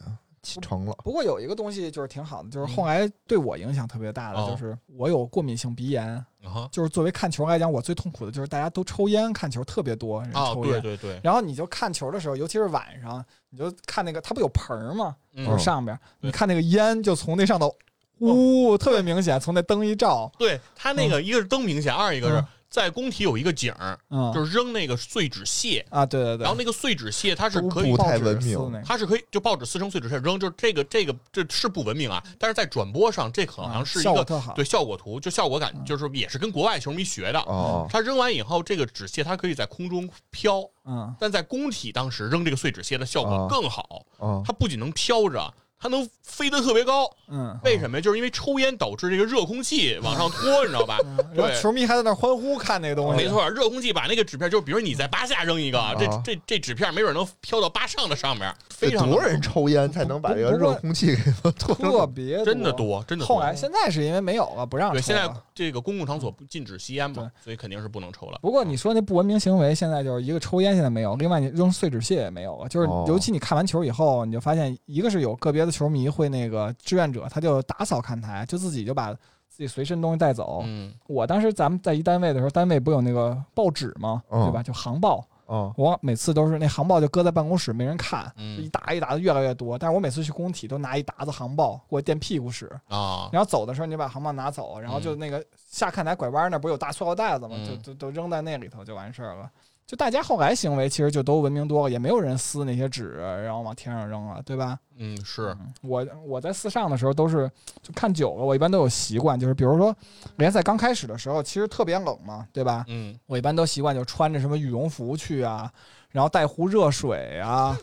S1: 成了。
S3: 不过有一个东西就是挺好的，就是后来对我影响特别大的，
S2: 哦
S3: 就是我有过敏性鼻炎，
S2: 啊哈
S3: 就是作为看球来讲，我最痛苦的就是大家都抽烟看球特别多，人
S2: 啊，
S3: 嗯抽烟。
S2: 对对对，
S3: 然后你就看球的时候，尤其是晚上，你就看那个，它不有盆儿吗？
S2: 嗯
S3: 就是上边儿，
S2: 对哦
S3: 你看那个烟就从那上头，呜、特别明显，从那灯一照，
S2: 对他那个一个是灯明显，二一个是
S3: 嗯
S2: 在工体有一个井儿，
S3: 嗯，
S2: 就是扔那个碎纸屑，
S3: 啊，对对对，
S2: 然后那个碎纸屑它是
S1: 都
S2: 可以
S1: 不
S3: 报
S1: 太
S3: 纸
S1: 文明
S3: 撕那个
S2: 它是可以就报纸撕成碎纸屑扔，就是这个这个这是不文明啊，但是在转播上这好像是一
S3: 啊嗯效果
S2: 个
S3: 特好，
S2: 对效果图，就效果感
S3: 嗯
S2: 就是也是跟国外球迷学的。
S1: 哦，
S2: 它扔完以后，这个纸屑它可以在空中飘，
S3: 嗯，
S2: 但在工体当时扔这个碎纸屑的效果
S1: 啊
S2: 更好，
S1: 哦，
S2: 它不仅能飘着，它能飞得特别高。
S3: 嗯
S2: 为什么呀？就是因为抽烟导致这个热空气往上拖，你知道吧？
S3: 嗯，然后
S2: 对，
S3: 球迷还在那儿欢呼看那个东西，
S2: 没，错，热空气把那个纸片，就比如你在八下扔一个，
S1: 啊
S2: 这这这纸片没准能飘到八上的上面，非
S1: 得
S2: 常
S1: 多少人抽烟才能把这个热空气给 它脱
S3: 特别
S2: 真的。多，真的多
S3: 后来现在是因为没有了，不让抽
S2: 对，
S3: 了。
S2: 现在这个公共场所不禁止吸烟嘛，所以肯定是不能抽了。
S3: 不过你说那不文明行为，现在就是一个抽烟现在没有，另外你扔碎纸屑也没有了。就是
S1: 哦
S3: 尤其你看完球以后，你就发现一个是有个别的球迷会那个志愿者，他就打扫看台，就自己就把自己随身东西带走。
S2: 嗯，
S3: 我当时咱们在一单位的时候，单位不有那个报纸吗？
S1: 嗯
S3: 对吧？就航报，
S1: 哦，
S3: 我每次都是那航报就搁在办公室没人看，
S2: 嗯
S3: 就一沓一沓的越来越多。但是我每次去工体都拿一沓子航报给我垫屁股使，
S2: 啊，
S3: 然后走的时候你就把航报拿走，然后就那个下看台拐弯那儿不是有大塑料袋子吗？
S2: 嗯
S3: 就就都扔在那里头就完事儿了。就大家后来行为其实就都文明多了，也没有人撕那些纸啊然后往天上扔啊了，对吧？
S2: 嗯，是
S3: 嗯我我在四上的时候都是就看久了，我一般都有习惯，就是比如说联赛刚开始的时候，其实特别冷嘛，对吧？
S2: 嗯，
S3: 我一般都习惯就穿着什么羽绒服去啊，然后带壶热水啊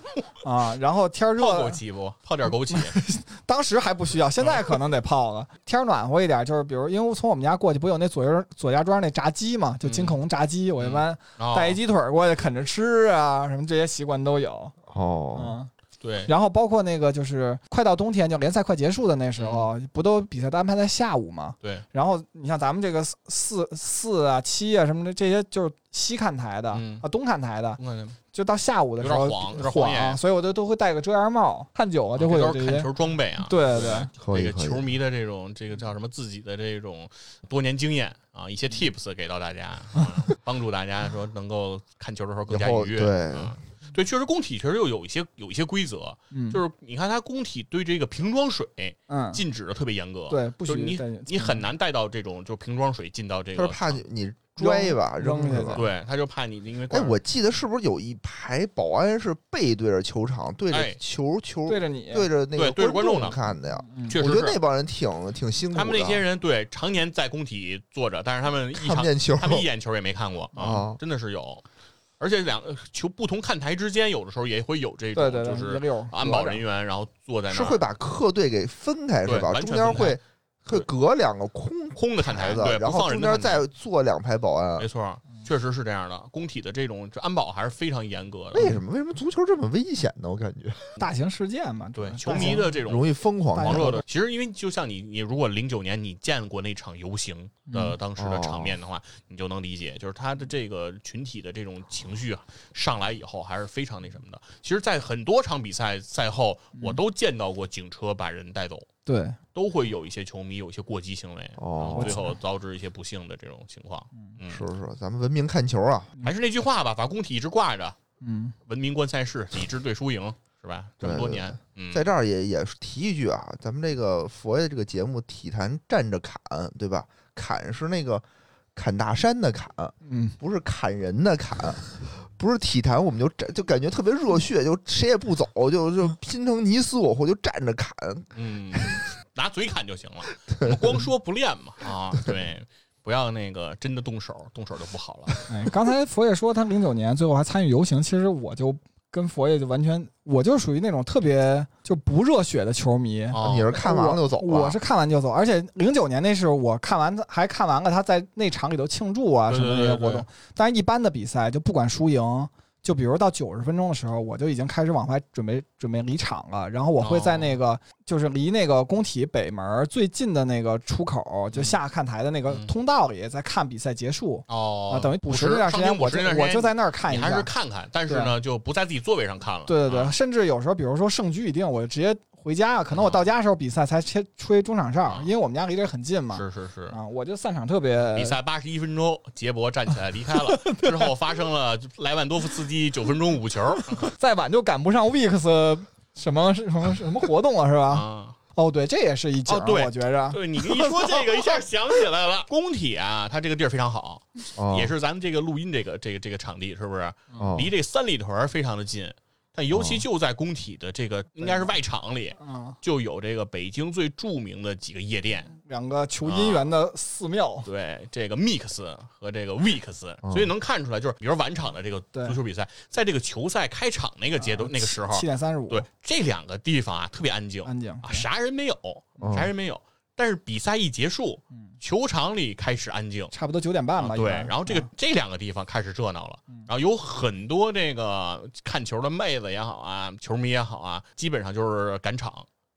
S3: 啊，然后天儿热
S2: 泡枸杞不？泡点枸杞，
S3: 当时还不需要，现在可能得泡了。
S2: 嗯
S3: 天儿暖和一点，就是比如，因为我从我们家过去，不有那左家左家庄那炸鸡嘛，就金
S2: 嗯
S3: 恐龙炸鸡，我一般
S2: 啊
S3: 带一鸡腿儿过去啃着吃啊，什么这些习惯都有。
S1: 哦，
S3: 嗯，
S2: 啊对，
S3: 然后包括那个就是快到冬天，就联赛快结束的那时候，
S2: 嗯
S3: 不都比赛都安排在下午嘛？
S2: 对。
S3: 然后你像咱们这个四四四啊、七啊什么的，这些就是西看台的、
S2: 嗯
S3: 啊、东看台的，
S2: 我感觉
S3: 就到下午的时候
S2: 有点晃有点晃眼
S3: 所以我都都会戴个遮阳帽，看久了就会有
S2: 这都
S3: 这
S2: 是看
S3: 些。
S2: 球装备啊，
S3: 对对，
S1: 可以
S2: 这个
S1: 可
S2: 球
S1: 以，
S2: 迷
S1: 嗯
S2: 的这种这个叫什么自己的这种多年经验啊，一些 tips 给到大家。帮助大家说能够看球的时候更加
S1: 以后
S2: 愉悦。
S1: 对
S2: 嗯对，确实工体确实又有一些有一些规则，
S3: 嗯，
S2: 就是你看它工体对这个瓶装水
S3: 嗯，
S2: 禁止的特别严格，
S3: 对，不
S2: 就是
S3: 许嗯
S2: 你
S3: 带
S2: 你很难带到这种就瓶装水进到这
S1: 就
S2: 个啊
S1: 是，怕你你拽吧
S3: 扔
S1: 扔
S3: 下
S1: 去
S3: 去
S1: 吧。
S2: 对，他就怕你因为
S1: 哎，我记得是不是有一排保安是背对着球场，对
S2: 哎
S1: 着球球，
S3: 对着你，
S1: 对着那
S2: 对
S1: 个
S2: 对着观众
S1: 众
S2: 呢
S1: 看的呀？
S3: 嗯，
S2: 确
S1: 我
S2: 实
S1: 觉得
S2: 是
S1: 那帮人挺挺辛苦的，
S2: 他们那些人对常年在工体坐着，但是他们一
S1: 看不
S2: 场
S1: 见球，
S2: 他们一眼球也没看过啊
S1: 哦，
S2: 真的是有，而且两个球不同看台之间有的时候也会有这
S3: 对
S2: 种
S3: 对
S2: 就
S3: 对，一
S2: 是
S3: 溜儿
S2: 安保人员然后坐在那
S1: 是
S2: 儿
S1: 会把客队给分开
S2: 对
S1: 是吧？
S2: 完全
S1: 中间
S2: 分
S1: 会会隔两个空
S2: 空的看台
S1: 台
S2: 子
S1: 子，，
S2: 对，
S1: 然
S2: 不放
S1: 后
S2: 人
S1: 中
S2: 的看
S1: 间
S2: 台
S1: 再嗯坐两排保安
S2: 没。错，确实是这样的。工体的这种这安保还是非常严格的，
S1: 为什么为什么足球这么危险呢？我感觉
S3: 大型事件嘛，
S2: 对
S3: 吧
S2: 球
S3: 大
S2: 迷
S3: 型
S2: 的这种
S1: 容易疯狂
S3: 大
S2: 狂
S3: 家
S2: 热的，嗯其实因为就像你，你如果零九年你见过那场游行的
S3: 嗯
S2: 当时的
S1: 哦
S2: 场面的话，你就能理解，就是他的这个群体的这种情绪啊，上来以后还是非常那什么的。其实，在很多场比赛赛后，
S1: 嗯
S2: 我都见到过警车把人带走，
S3: 对，
S2: 都会有一些球迷有一些过激行为，然后
S1: 哦
S2: 最，后导致一些不幸的这种情况。嗯，
S1: 是是，咱们文明看球啊，
S2: 还是那句话吧，把工体一直挂着，
S3: 嗯，
S2: 文明观赛事，理智对输赢，是吧？这么多
S1: 对对
S2: 年，嗯，
S1: 在这儿也也提一句啊，咱们这个佛爷这个节目体坛站着砍，对吧？砍是那个砍大山的砍，
S3: 嗯，
S1: 不是砍人的砍，不是体坛我们就站就感觉特别热血，就谁也不走，就就拼成你死我活就站着砍，
S2: 嗯， 拿嘴砍就行了，我们光说不练嘛啊，对，不要那个真的动手，动手就不 好了。
S3: 哎，刚才佛爷说他零九年最后还参与游行，其实我就跟佛爷就完全，我就属于那种特别就不热血的球迷。
S2: 啊，
S1: 你是看完了就走吧？
S3: 我，我是看完就走，而且零九年那是我看完还看完了他在那场里头庆祝啊
S2: 对
S3: 什么那
S2: 对
S3: 些
S2: 对对
S3: 活动，但是一般的比赛就不管输赢，就比如到九十分钟的时候，我就已经开始往外准备准备离场了，然后我会
S2: 哦
S3: 在那个、就是离那个工体北门最近的那个出口，就下看台的那个
S2: 嗯
S3: 通道里，在看比赛结束。
S2: 哦
S3: 啊，，等于
S2: 补
S3: 补时那段时间，我就我就在那儿看
S2: 你
S3: 一
S2: 还
S3: 下
S2: 是。看看，但是呢，就不在自己座位上看了。
S3: 对对对，
S2: 啊，
S3: 甚至有时候，比如说胜局已定，我就直接回家，可能我到家的时候比赛才吹吹中场哨
S2: 啊，
S3: 因为我们家离这儿很近嘛。
S2: 是是是。
S3: 啊，我就散场特别
S2: 比赛八十一分钟，杰博站起来离开了。之后发生了莱万多夫斯基九分钟五球
S3: 再晚就赶不上 Weeks 什么什么什么活动了是吧？
S2: 啊！
S3: 哦，对，这也是一景
S2: 哦
S3: 儿，
S2: 对
S3: 我觉着
S2: 对你一说这个，一下想起来了。工体啊，它这个地儿非常好，
S1: 哦、
S2: 也是咱们这个录音这个这个这个场地，是不是？
S1: 哦
S2: 离这三里屯儿非常的近，但尤其就在工体的这个应该是外场里，
S3: 嗯，
S2: 就有这个北京最著名的几个夜店，
S3: 两个求
S2: 啊
S3: 姻缘的寺庙，
S2: 对这个 Mix 和这个 Weeks，、
S1: 嗯
S2: 所以能看出来，就是比如晚场的这个
S3: 对啊
S2: 足球比赛，在这个球赛开场那个阶段、那个时候
S3: 七，点三十五，
S2: 对这两个地方啊特别安静
S3: 安静
S2: 啊，啥人没有，
S1: 嗯
S2: 啥人没有，但是比赛一结束，
S3: 嗯
S2: 球场里开始安静。
S3: 差不多嗯九点半吧。
S2: 啊对
S3: 一般，
S2: 然后这个这两个地方开始热闹了，然后有很多这个看球的妹子也好啊，球迷也好啊，基本上就是赶场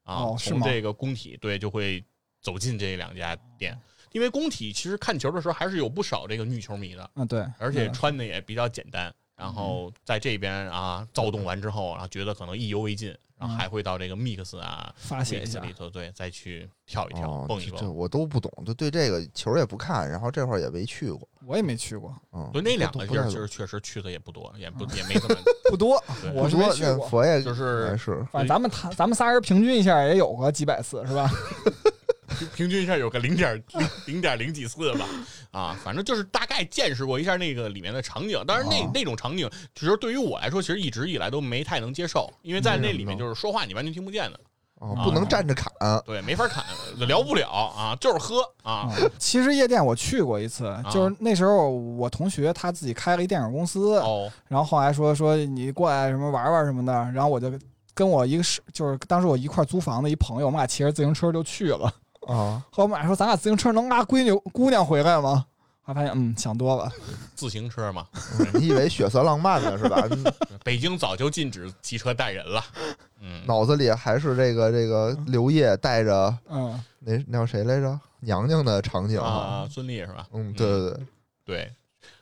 S2: 啊
S3: 哦，是
S2: 从
S3: 吗
S2: 这个工体对就会走进这两家
S3: 哦
S2: 店，因为工体其实看球的时候还是有不少这个女球迷的，
S3: 嗯，对，
S2: 而且
S3: 嗯
S2: 穿的也比较简单，然后在这边啊躁动完之后，然后觉得可能意犹未尽，然后还会到这个 mix 啊
S3: 发泄一
S2: Mix
S3: 下
S2: 里头对再去跳一跳、
S1: 哦，
S2: 蹦一
S1: 这
S2: 蹦
S1: 这，我都不懂，就对这个球也不看，然后这块儿也没去过，
S3: 我也没去过，
S1: 嗯，
S2: 所以那两个
S1: 不
S2: 地儿
S1: 太
S2: 其
S1: 懂
S2: 实确实去的也不多，也不也没怎么，
S3: 不多
S2: 对，
S3: 我
S1: 不
S3: 是没
S1: 多。
S3: 去
S1: 那
S3: 过。
S1: 佛爷
S2: 就是
S1: 还是
S3: 反正咱们谈，咱们仨人平均一下也有个几百次，是吧？
S2: 平平均一下有个零点零零点零几次吧，啊，反正就是大概见识过一下那个里面的场景。当然那，那、
S1: 哦
S2: 种场景，其实对于我来说，其实一直以来都没太能接受，因为在那里面就是说话你完全听不见的，
S1: 哦
S2: 啊，
S1: 不能站着砍，
S2: 对，没法侃，聊不了啊，就是喝啊，
S3: 其实夜店我去过一次，就是那时候我同学他自己开了一电影公司，
S2: 哦，
S3: 然后后来说说你过来什么玩玩什么的，然后我就跟我一个是就是当时我一块租房的一朋友，我们俩骑着自行车就去 了。
S1: 啊，
S3: 后来我们俩说咱俩自行车能拉闺女姑娘回来吗？后来发现嗯想多了，
S2: 自行车嘛，
S1: 你以为血色浪漫呢 是吧？嗯
S2: 北京早就禁止骑车带人了，嗯，
S1: 脑子里还是这个这个刘烨带着
S3: 嗯，
S1: 那那叫谁来着？娘娘的场景
S2: 啊，孙俪是吧？
S1: 嗯，对对对，
S2: 对，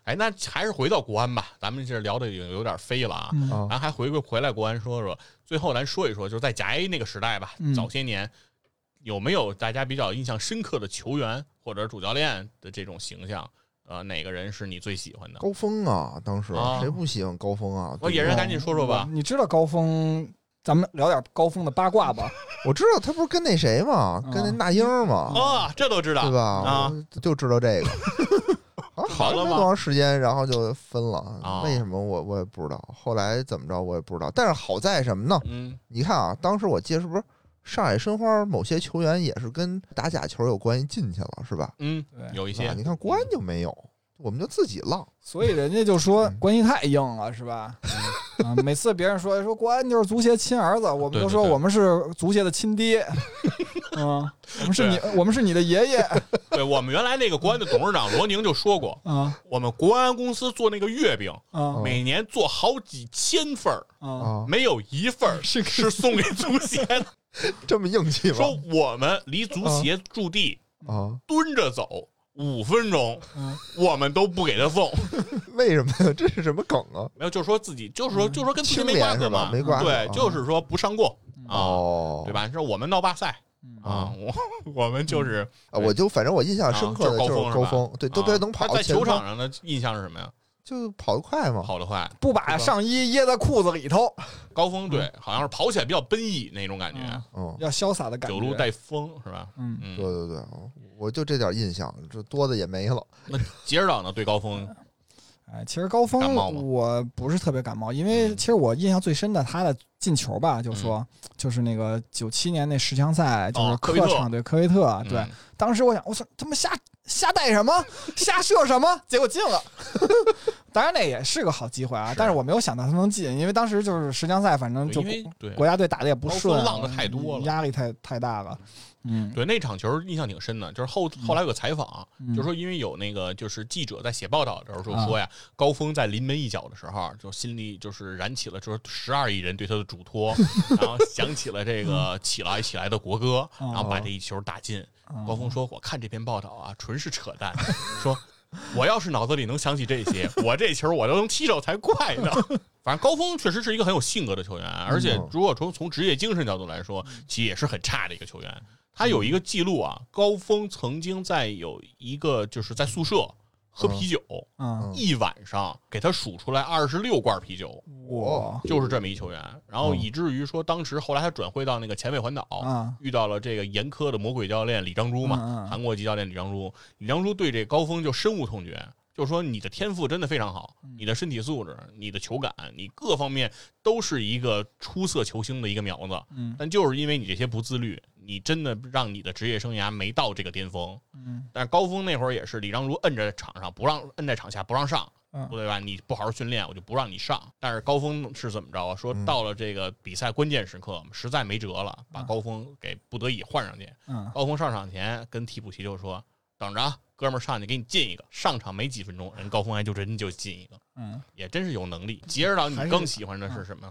S2: 哎，那还是回到国安吧，咱们这聊的已经有点飞了啊，
S3: 嗯
S1: 啊
S2: 咱还回归回来国安说说，最后咱说一说，就是在甲 A 那个时代吧，
S3: 嗯
S2: 早些年有没有大家比较印象深刻的球员或者主教练的这种形象？呃，哪个人是你最喜欢的？
S1: 高峰啊，当时
S2: 啊
S1: 谁不喜欢高峰啊？
S2: 我
S1: 对
S2: 野
S1: 吧
S2: 人赶紧说说吧
S3: 嗯我你知道高峰，咱们聊点高峰的八卦吧。
S1: 我知道他不是跟那谁嘛，跟那
S3: 嗯
S1: 那英儿嘛，
S2: 啊，这都知道
S1: 哦对吧？
S2: 啊
S1: 我就知道这个。 啊，好像没多长时间，然后就分了。
S2: 啊
S1: 为什么我我也不知道，后来怎么着我也不知道。但是好在什么呢？
S2: 嗯
S1: 你看啊，当时我记得是不是上海申花某些球员也是跟打假球有关系进去了，是吧？
S2: 嗯，
S3: 对，
S2: 有一
S1: 啊
S2: 些，
S1: 你看国安就没有，我们就自己浪。
S3: 所以人家就说
S1: 嗯
S3: 关系太硬了，是吧？啊，每次别人说说国安就是足协亲儿子，我们
S2: 对
S3: 都
S2: 对
S3: 说
S2: 对
S3: 我们是足协的亲爹， 嗯，我们是你，我们是你的爷爷
S2: 对我们原来那个国安的董事长罗宁就说过，
S3: 啊
S2: 我们国安公司做那个月饼，
S1: 哦
S3: 啊
S2: 每年做好几千份儿，
S3: 啊！
S1: 啊，
S2: 没有一份 儿
S3: 是
S2: 是送给足协的。
S1: 这么硬气吗？
S2: 说我们离足协驻地
S1: 啊，
S2: 蹲着走五分钟，
S3: 嗯
S2: 我们都不给他送。
S1: 为什么呀？这是什么梗啊？
S2: 没有，就是说自己，就是说，
S3: 嗯
S2: 就是说跟足协
S1: 清
S2: 没瓜
S1: 廉
S2: 葛
S1: 是吧？
S2: 嘛，
S1: 没瓜葛
S2: 对
S1: 啊，
S2: 就是说不上供啊，
S1: 哦，嗯
S2: 对？吧？说我们闹罢赛啊，我 我们就是
S1: 啊，我就反正我印象
S2: 啊
S1: 深刻
S2: 就是
S1: 的
S2: 高
S1: 就
S2: 峰
S1: 是
S2: 是
S1: 高
S2: 吧
S1: 峰，对，都别
S2: 啊
S1: 能跑
S2: 他在
S1: 前哦
S2: 球场
S1: 锋，
S2: 上的印象是什么呀？
S1: 就跑得快嘛。
S2: 跑得快，
S3: 不把上衣掖在裤子里头，
S2: 高峰对，好像是跑起来比较奔逸那种感觉
S3: 嗯，
S1: 嗯，
S3: 要潇洒的感觉。
S2: 九路带风是吧？
S3: 嗯，
S1: 对
S2: 嗯，
S1: 对对，我就这点印象，这多的也没了。
S2: 那杰尔党呢？对高峰
S3: 哎，其实高峰
S2: 感冒吗
S3: 我不是特别感冒，因为
S2: 嗯
S3: 其实我印象最深的他的进球吧，就说就是那个九七年那十强赛，就
S2: 哦
S3: 是
S2: 科
S3: 客
S2: 威特
S3: 场对科威
S1: 啊
S3: 特，对，
S2: 嗯
S3: 当时我想，我操，他妈瞎瞎带什么，瞎射什么，结果进了。 当然那也是个好机会啊，
S2: 是
S3: 但是我没有想到他能进，因为当时就是十强赛，反正就
S2: 因为对
S3: 国家队打的也不顺啊，
S2: 高峰浪得太多了
S3: 压力太太大了。嗯，
S2: 对那场球印象挺深的，就是后后来有个采访，啊
S3: 嗯
S2: 就是说因为有那个就是记者在写报道的时候就
S3: 啊
S2: 说呀，高峰在临门一脚的时候，啊就心里就是燃起了就是十二亿人对他的嘱 托，然后想起了这个起来起来的国歌，然后把这一球打进。
S3: 嗯
S2: 高峰说：“我看这篇报道啊，纯是扯淡。说我要是脑子里能想起这些，我这球我都能踢着才怪呢。反正高峰确实是一个很有性格的球员，而且
S3: 嗯
S2: 如果从从职业精神角度来说，其实也是很差的一个球
S3: 嗯
S2: 员。他有一个记录啊，高峰曾经在有一个就是在宿舍喝啤酒，
S3: 嗯，
S2: 一晚上给他数出来二十六罐啤酒，
S3: 我
S2: 就是这么一球员。然
S3: 嗯
S2: 后以至于说，当时后来他转会到那个前卫环岛，
S3: 啊
S2: 遇到了这个严苛的魔鬼教练李章洙嗯嘛，
S3: 嗯嗯嗯
S2: 韩国籍教练李章洙，李章洙对这高峰就深恶痛绝，就说你的天赋真的非常好，
S3: 嗯
S2: 你的身体素质、你的球感、你各方面都是一个出色球星的一个苗子，
S3: 嗯
S2: 但就是因为你这些不自律，你真的让你的职业生涯没到这个巅峰。
S3: 嗯
S2: 但是高峰那会儿也是李章洙摁着场上不让，摁在场下不让上，
S3: 嗯
S2: 对吧？你不好好训练，我就不让你上。但是高峰是怎么着啊？说
S1: 嗯
S2: 到了这个比赛关键时刻，实在没辙了，把
S3: 啊
S2: 高峰给不得已换上去。
S3: 嗯
S2: 高峰上场前跟替补席就说：“等着啊，哥们儿上去给你进一个。”上场没几分钟，人高峰还哎就真就进一个，
S3: 嗯。
S2: 也真是有能力。杰尔导，你
S3: 还是
S2: 更喜欢的是什么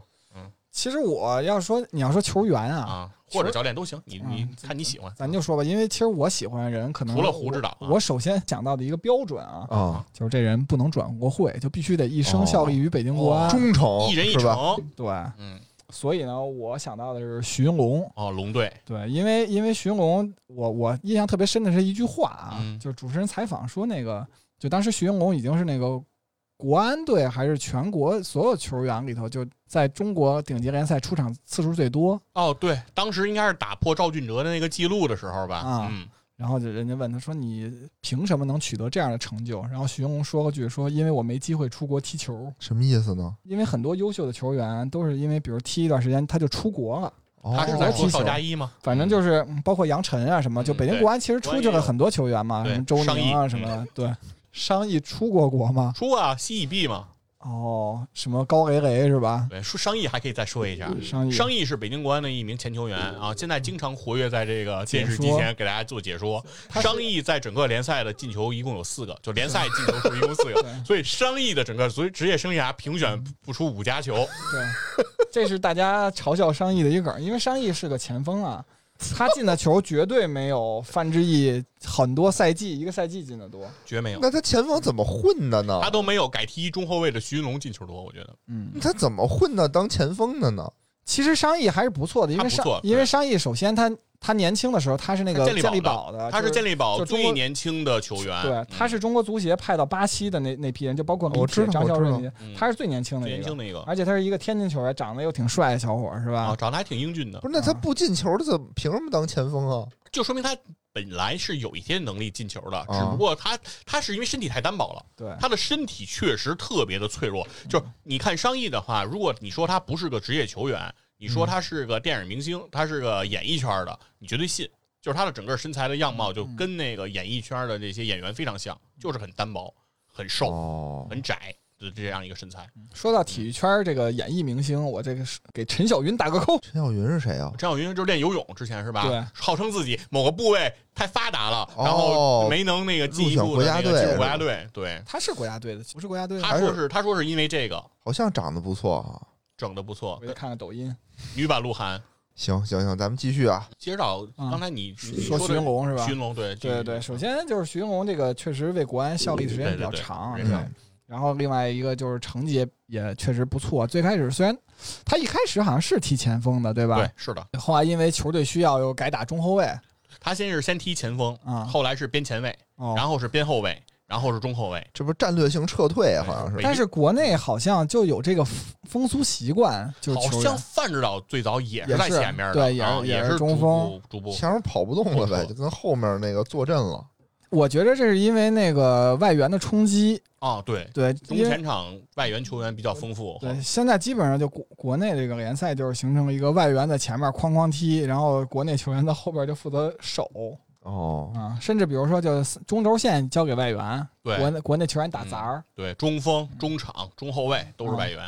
S3: 其实我要说，你要说球员啊，
S2: 啊？或者教练都行，你
S3: 嗯
S2: 你看你喜欢。
S3: 咱就说吧，因为其实我喜欢的人可能
S2: 除了胡指导啊
S3: 我我首先想到的一个标准啊，
S1: 啊，
S3: 就是这人不能转国会，就必须得一生效力于北京国安。
S1: 忠诚
S2: 一人一
S1: 是吧？
S2: 城，
S3: 对，
S2: 嗯，
S3: 所以呢，我想到的是徐云龙。
S2: 哦，龙队，
S3: 对，因为因为徐云龙，我我印象特别深的是一句话啊，
S2: 嗯
S3: 就是主持人采访说那个，就当时徐云龙已经是那个国安队还是全国所有球员里头，就在中国顶级联赛出场次数最多。
S2: 哦，对，当时应该是打破赵俊哲的那个记录的时候吧？
S3: 啊
S2: 嗯，
S3: 然后就人家问他说：“你凭什么能取得这样的成就？”然后徐云龙说了句：“说因为我没机会出国踢球，
S1: 什么意思呢？
S3: 因为很多优秀的球员都是因为比如踢一段时间他就出国了。”
S1: 哦
S2: 他是在说邵佳一吗？
S3: 反正就是嗯包括杨晨啊什么，
S2: 嗯
S3: 就北京国安其实出去了很多球员嘛，
S2: 对嗯
S3: 什么周宁啊什么的，对，商议出过国嘛，
S2: 出啊，西乙 B 嘛，
S3: 哦，什么高雷雷 是吧？
S2: 对，说商议还可以再说一下。
S3: 嗯商议
S2: 商议是北京国安的一名前球员啊，现在经常活跃在这个电视机前给大家做解说。
S3: 他是
S2: 商议在整个联赛的进球一共有四个，就联赛进球数一共四 个，
S3: 对
S2: 所以商议的整个所以职业生涯评选不出五佳 球。
S3: 对，这是大家嘲笑商议的一个梗，因为商议是个前锋 啊，他进的球绝对没有范志毅很多赛季一个赛季进的多，
S2: 绝没有，
S1: 那他前锋怎么混的呢
S2: 他？都没有改踢中后卫的徐云龙进球多，我觉得
S3: 嗯。
S1: 他怎么混到当前锋的呢？
S2: 啊
S3: 其实商议还是不错的，因为
S2: 他不
S3: 商
S2: 错
S3: 因为
S2: 对
S3: 商议首先他他年轻的时候他是那个
S2: 他健力宝的
S3: 健力宝
S2: 他
S3: 的，
S2: 是
S3: 啊就是
S2: 健力宝
S3: 就中
S2: 最
S3: 国
S2: 年轻的球员，
S3: 对，他是中国足协派到巴西的那那批人，就包括
S1: 哦我知道
S3: 张
S1: 我
S3: 孝
S1: 知
S3: 瑞
S1: 道
S3: 那些
S2: 嗯，
S3: 他是最年轻的
S2: 最
S3: 一
S2: 年
S3: 个哎
S2: 轻，的一个
S3: 而且他是一个天津球员，长得又挺帅的小伙儿，是
S2: 啊，
S3: 吧？
S2: 长得还挺英俊的
S1: 不，是，那他不进球，他怎么凭什么当前锋啊？
S2: 就说明他本来是有一些能力进球的，
S1: 啊
S2: 只不过他他是因为身体太单薄了。
S3: 对，
S2: 他的身体确实特别的脆弱，
S1: 嗯
S2: 就是你看商议的话，如果你说他不是个职业球员，你说他是个电影明
S1: 嗯
S2: 星，他是个演艺圈的，你绝对信。就是他的整个身材的样貌
S1: 嗯
S2: 就跟那个演艺圈的这些演员非常像，就是很单薄、很瘦、
S1: 哦嗯
S2: 很窄的这样一个身材。
S3: 说到体育圈儿这个演艺明星，我这个是给陈小云打个扣。
S1: 陈小云是谁啊？
S2: 张晓云就是练游泳之前是吧？
S3: 对
S2: 号称自己某个部位太发达了，
S1: 哦
S2: 然后没能那个进一步的那个
S1: 入选国家队
S2: 进入国家队。对，
S3: 他是国家队的，不是国家队的。
S2: 他说是他说是因为这个
S1: 好像长得不错啊。
S2: 整的不错
S3: 回，去看看抖
S2: 嗯
S3: 音，
S2: 女版鹿晗。
S1: 行行行，咱们继续啊。
S2: 接着找
S3: 嗯
S2: 刚才你你
S3: 说
S2: 的
S3: 徐云龙是吧
S2: 徐？云龙嗯对
S3: 对对对，首先就是徐云龙这个确实为国安效力的时间比较长，
S2: 对
S1: 对对
S3: 吧然后另外一个就是成绩也确实不错，最开始虽然他一开始好像是踢前锋的，对吧？
S2: 对是的，
S3: 后来因为球队需要，又改打中后卫
S2: 他先是先踢前锋，
S3: 啊。
S2: 后来是边前卫，
S3: 哦，
S2: 然后是边后卫，然后是中后卫。
S1: 这不是战略性撤退啊，好像是
S2: 对
S3: 但是国内好像就有这个风风俗习惯，就是
S2: 好
S3: 球员
S2: 像范指导最早也是在
S3: 也是
S2: 前面的，
S3: 对也是
S2: 啊也
S3: 也是
S2: 逐
S3: 中锋
S2: 步，逐步
S1: 前面跑不动了呗，
S2: 不错
S1: 就跟后面那个坐镇了。
S3: 我觉得这是因为那个外援的冲击，
S2: 啊，对，
S3: 对，
S2: 中
S3: 因为
S2: 前场外援球员比较丰富，
S3: 对现在基本上就国国内这个联赛就是形成了一个外援在前面哐哐踢，然后国内球员在后边就负责守
S1: 哦，
S3: 啊，甚至比如说就是中轴线交给外援，
S2: 对嗯
S3: 国内国内球员打杂儿，
S2: 对中锋、中场、中后卫都是外援。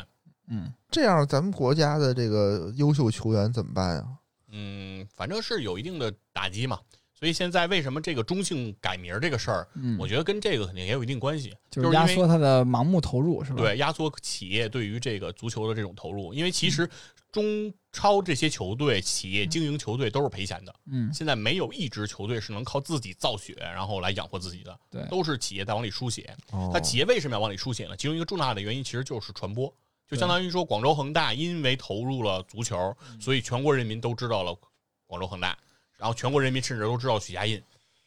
S3: 嗯，
S1: 这样咱们国家的这个优秀球员怎么办啊呀？
S2: 嗯，反正是有一定的打击嘛。所以现在为什么这个中性改名儿这个事儿，
S3: 嗯
S2: 我觉得跟这个肯定也有一定关系，
S3: 就
S2: 就是是因
S3: 压
S2: 为
S3: 缩他的盲目投入是吧？，
S2: 对压缩企业对于这个足球的这种投入，因为其实中超这些球队、企业经营球队都是赔钱的，
S3: 嗯，
S2: 现在没有一支球队是能靠自己造血然后来养活自己的，
S3: 对，
S2: 都是企业在往里输血。
S1: 哦
S2: 它企业为什么要往里输血呢？其中一个重大的原因其实就是传播，就相当于说广州恒大因为投入了足球，
S1: 嗯
S2: 所以全国人民都知道了广州恒大，然后全国人民甚至都知道许家印。
S1: 嗯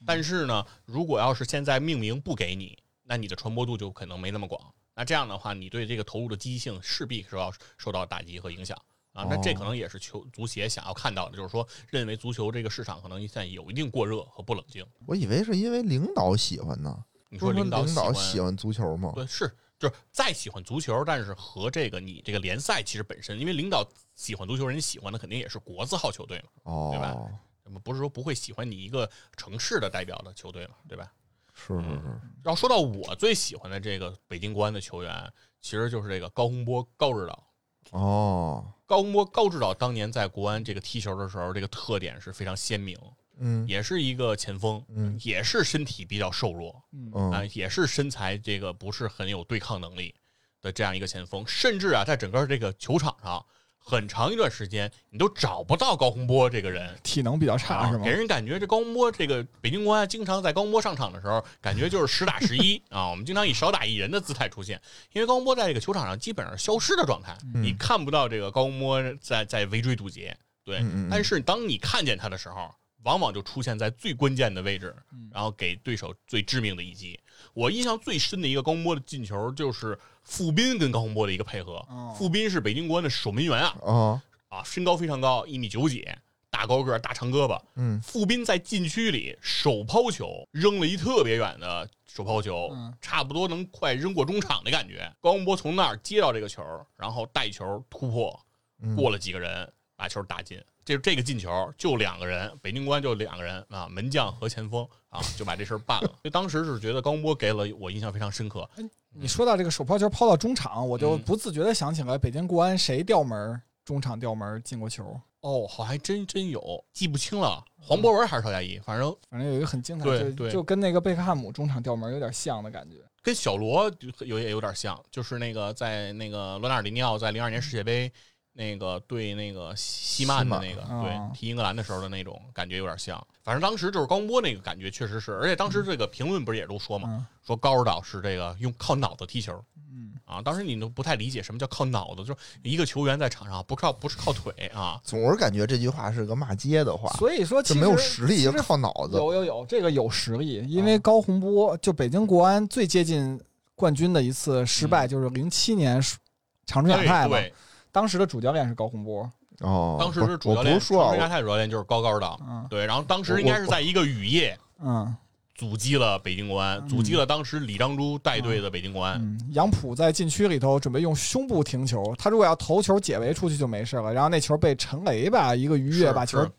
S2: 但是呢，如果要是现在命名不给你，那你的传播度就可能没那么广。那这样的话，你对这个投入的积极性势必是要受到打击和影响啊。那
S1: 哦
S2: 这可能也是球足协想要看到的，就是说认为足球这个市场可能现在有一定过热和不冷静。
S1: 我以为是因为领导喜欢呢。
S2: 你
S1: 不
S2: 说
S1: 是说
S2: 领导
S1: 领
S2: 喜
S1: 导
S2: 欢
S1: 喜欢足球吗？
S2: 对，呃是就是再喜欢足球，但是和这个你这个联赛其实本身，因为领导喜欢足球，人喜欢的肯定也是国字号球队嘛，对
S1: 哦
S2: 吧，那么不是说不会喜欢你一个城市的代表的球队嘛，对吧？
S1: 是是是，
S2: 然后说到我最喜欢的这个北京国安的球员，其实就是这个高洪波高指导。
S1: 哦，
S2: 高洪波高指导当年在国安这个踢球的时候，这个特点是非常鲜明，
S1: 嗯
S2: 也是一个前锋，
S1: 嗯
S2: 也是身体比较瘦弱，啊、
S1: 嗯，
S2: 也是身材这个不是很有对抗能力的这样一个前锋，甚至啊，在整个这个球场上，很长一段时间你都找不到高洪波这个人。
S3: 体能比较差是
S2: 啊
S3: 吗
S2: 给？人感觉这高洪波这个北京国安经常在高洪波上场的时候，感觉就是十打十一啊。我们经常以少打一人的姿态出现，因为高洪波在这个球场上基本上是消失的状态，
S1: 嗯
S2: 你看不到这个高洪波在在围追堵截。对，
S1: 嗯嗯嗯
S2: 但是当你看见他的时候，往往就出现在最关键的位置
S3: 嗯，
S2: 然后给对手最致命的一击。我印象最深的一个高洪波的进球，就是傅斌跟高洪波的一个配合
S3: 哦。
S2: 傅斌是北京国安的守门员啊，
S1: 啊，
S2: 啊，身高非常高，一米九几，大高个儿，大长胳膊。
S1: 嗯，
S2: 傅斌在禁区里手抛球扔了一特别远的手抛球，
S3: 嗯
S2: 差不多能快扔过中场的感觉。高洪波从那儿接到这个球，然后带球突破，
S1: 嗯
S2: 过了几个人把球打进。这这个进球就两个人，北京国安就两个人啊，门将和前锋啊，就把这事儿办了。 所以当时是觉得高洪波给了我印象非常深刻，
S3: 你说到这个手抛球抛到中场，我就
S2: 嗯
S3: 不自觉的想起来北京国安谁掉门儿中场掉门儿进过球，
S2: 哦，好还真真有，记不清了，黄博文还是邵佳怡，反正
S3: 反正有一个很精彩，
S2: 对
S3: 就
S2: 对
S3: 就跟那个贝克汉姆中场掉门儿有点像的感觉。
S2: 跟小罗就有也有点像，就是那个在那个罗纳尔迪尼奥在零二年世界杯那个对那个西曼哦的那个
S3: 西曼啊
S2: 对踢英格兰的时候的那种感觉有点像。反正当时就是高洪波那个感觉确实是，而且当时这个评论不是也都说嘛，
S3: 嗯
S2: 说高指导是这个用靠脑子踢球
S3: 嗯，
S2: 啊。当时你都不太理解什么叫靠脑子，就是一个球员在场上不靠不是靠腿 啊。
S1: 总是感觉这句话是个骂街的话，
S3: 所以说
S1: 就
S3: 其实
S1: 没有实力，就
S3: 其实
S1: 靠脑子。
S3: 有有有，这个有实力，
S1: 啊
S3: 因为高洪波就北京国安最接近冠军的一次失败，就是零七年输长春
S2: 嗯对
S3: 亚泰嘛，
S2: 对，
S3: 当时的主教练是高洪波，
S1: 哦，
S2: 当时
S1: 不
S2: 是主教
S1: 我
S2: 练，
S1: 不是说啊
S2: 长春亚
S1: 我
S2: 泰主教练就是高高的，
S3: 嗯
S2: 对。然后当
S1: 我
S2: 时应该
S1: 我
S2: 是在一个雨夜
S3: 嗯
S2: 阻击了北京国安，
S1: 嗯
S2: 阻击了当时李章洙带队的北京国安。
S3: 嗯，杨浦在禁区里头准备用胸部停球，他如果要头球解围出去就没事了，然后那球被陈雷吧一个鱼跃
S2: 是
S3: 把球
S2: 是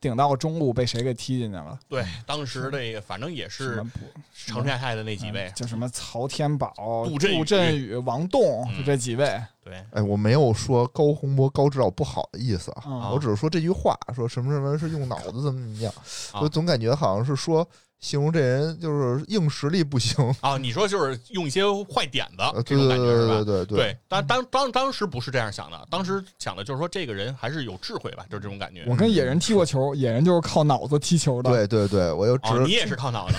S3: 顶到中路，被谁给踢进去了？
S2: 对，
S1: 嗯
S2: 当时这个反正也
S3: 什
S2: 是
S3: 么浦
S2: 长春亚泰的那几位啊
S3: 嗯，叫什么曹天宝、
S2: 杜振宇
S3: 杜振宇、王栋，
S2: 嗯
S3: 就这几位。
S2: 对，
S1: 哎，我没有说高洪波、高指导不好的意思啊，
S3: 嗯
S2: 啊
S1: 我只是说这句话，说什么什么是用脑子怎么怎么样，
S2: 啊
S1: 我总感觉好像是说形容这人就是硬实力不行。
S2: 啊，你说就是用一些坏点子
S1: 呃，
S2: 啊这
S1: 对
S2: 种
S1: 对
S2: 感觉是吧
S1: 对？对对
S2: 对，当当当当时不是这样想的，当时想的就是说这个人还是有智慧吧，就是这种感觉。
S3: 我跟野人踢过球，野人就是靠脑子踢球的。
S1: 对对对，我就只、
S2: 哦，你也是靠脑子，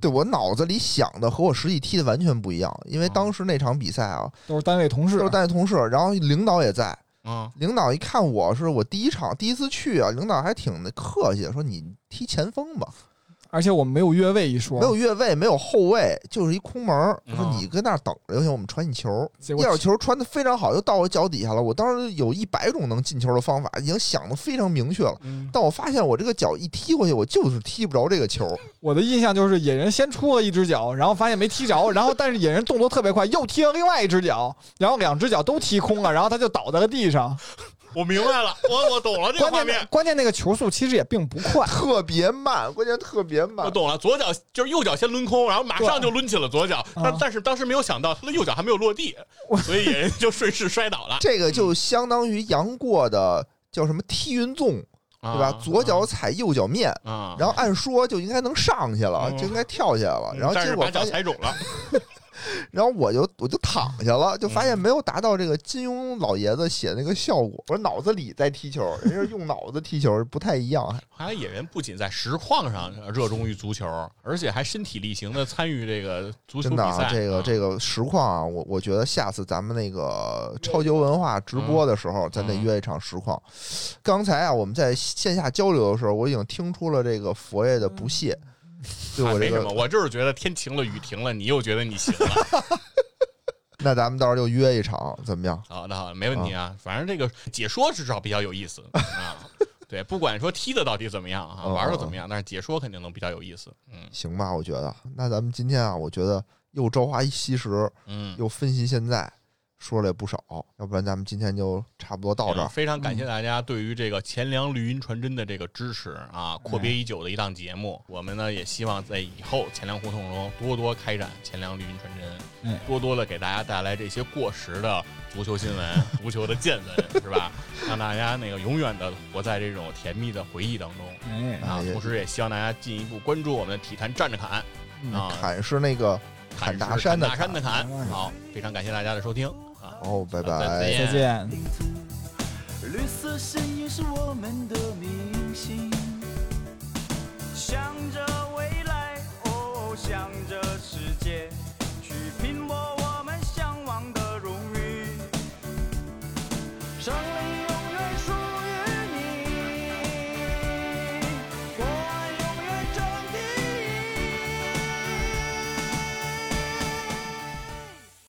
S1: 对我脑子里想的和我实际踢的完全不一样，因为
S2: 哦
S1: 当时那场比赛啊，
S3: 都是单位同事
S1: 都是。带同事，然后领导也在，
S2: 嗯，
S1: 领导一看我是我第一场第一次去啊，领导还挺客气，说你踢前锋吧，
S3: 而且我们没有越位一说，
S1: 没有越位，没有后卫，就是一空门儿。
S2: 嗯
S1: 说你跟那儿等着就行，我们传你球。
S3: 结
S1: 第
S3: 果
S1: 二球传的非常好，就到我脚底下了。我当时有一百种能进球的方法，已经想的非常明确了。
S2: 嗯
S1: 但我发现我这个脚一踢过去，我就是踢不着这 个球。
S3: 我的印象就是野人先出了一只脚，然后发现没踢着，然后但是野人动作特别快，又踢了另外一只脚，然后两只脚都踢空了，然后他就倒在了地上。
S2: 我明白了，我我懂了这个画
S3: 关键
S2: 面，
S3: 关键那个球速其实也并不快，
S1: 特别慢，关键特别
S2: 我
S1: 慢。
S2: 懂了。左脚就是右脚先抡空，然后马上就抡起了左脚，但
S3: 啊
S2: 但是当时没有想到他的右脚还没有落地，所以人就顺势摔倒了，
S1: 这个
S2: 嗯
S1: 就相当于杨过的叫什么踢云纵，
S2: 对
S1: 对吧？
S2: 嗯
S1: 左脚踩，右脚面。
S2: 啊，
S1: 然后按说就应该能上去了，
S2: 嗯
S1: 就应该跳下来了。
S2: 嗯
S1: 然后
S2: 但
S1: 结
S2: 是
S1: 果
S2: 把
S1: 发
S2: 脚
S1: 现，
S2: 踩肿了，
S1: 然后我就我就躺下
S2: 嗯
S1: 了，就发现没有达到这个金庸老爷子写那个效果。我脑子里在踢球，人家用脑子踢球不太一样。还
S2: 看来野人不仅在实况上热衷于足球，而且还身体力行的参与这个足球
S1: 真
S2: 比
S1: 的啊
S2: 赛。，嗯
S1: 这个
S2: 个
S1: 这个实况啊，我我觉得下次咱们那个超球文化直播的时候，咱得约一场实况。刚才啊，我们在线下交流的时候，我已经听出了这个佛爷的不屑，对我
S2: 嗯没
S1: 这
S2: 什么，
S1: 个。
S2: 我就是觉得天晴了，雨停了，你又觉得你行了。
S1: 那咱们到时候就约一场，怎么样？
S2: 好的，好的，没问题啊。反正这个解说至少比较有意思 啊。对，不管说踢的到底怎么样啊，
S1: 嗯
S2: 玩的怎么样，但是解说肯定能比较有意思。嗯
S1: 行吧，我觉得。那咱们今天啊，我觉得又朝花夕拾，
S2: 嗯，
S1: 又分析现在，说了也不少。要不然咱们今天就差不多到这儿。
S2: 非常感谢大家对于这个钱粮绿茵传真的这个支持啊，阔别已久的一档节目，我们呢也希望在以后钱粮胡同中多多开展钱粮绿茵传真
S3: 哎，
S2: 多多的给大家带来这些过时的足球新 闻、足球的见闻，是吧？让大家那个永远的活在这种甜蜜的回忆当中。
S3: 哎，
S2: 啊
S1: 哎，呀
S2: 同时也希望大家进一步关注我们的体坛站着侃
S3: 嗯
S2: 啊，
S1: 砍是那个，
S2: 侃
S1: 侃
S2: 是
S1: 大山的
S2: 侃大山的侃
S3: 侃。
S2: 好，非常感谢大家的收听啊，
S1: 哦，拜
S2: 再
S1: 拜。
S2: 见
S3: 再见。
S4: 绿色身影是我们的明星，向着未来，哦，向着世界，去拼搏我们向往的荣誉。生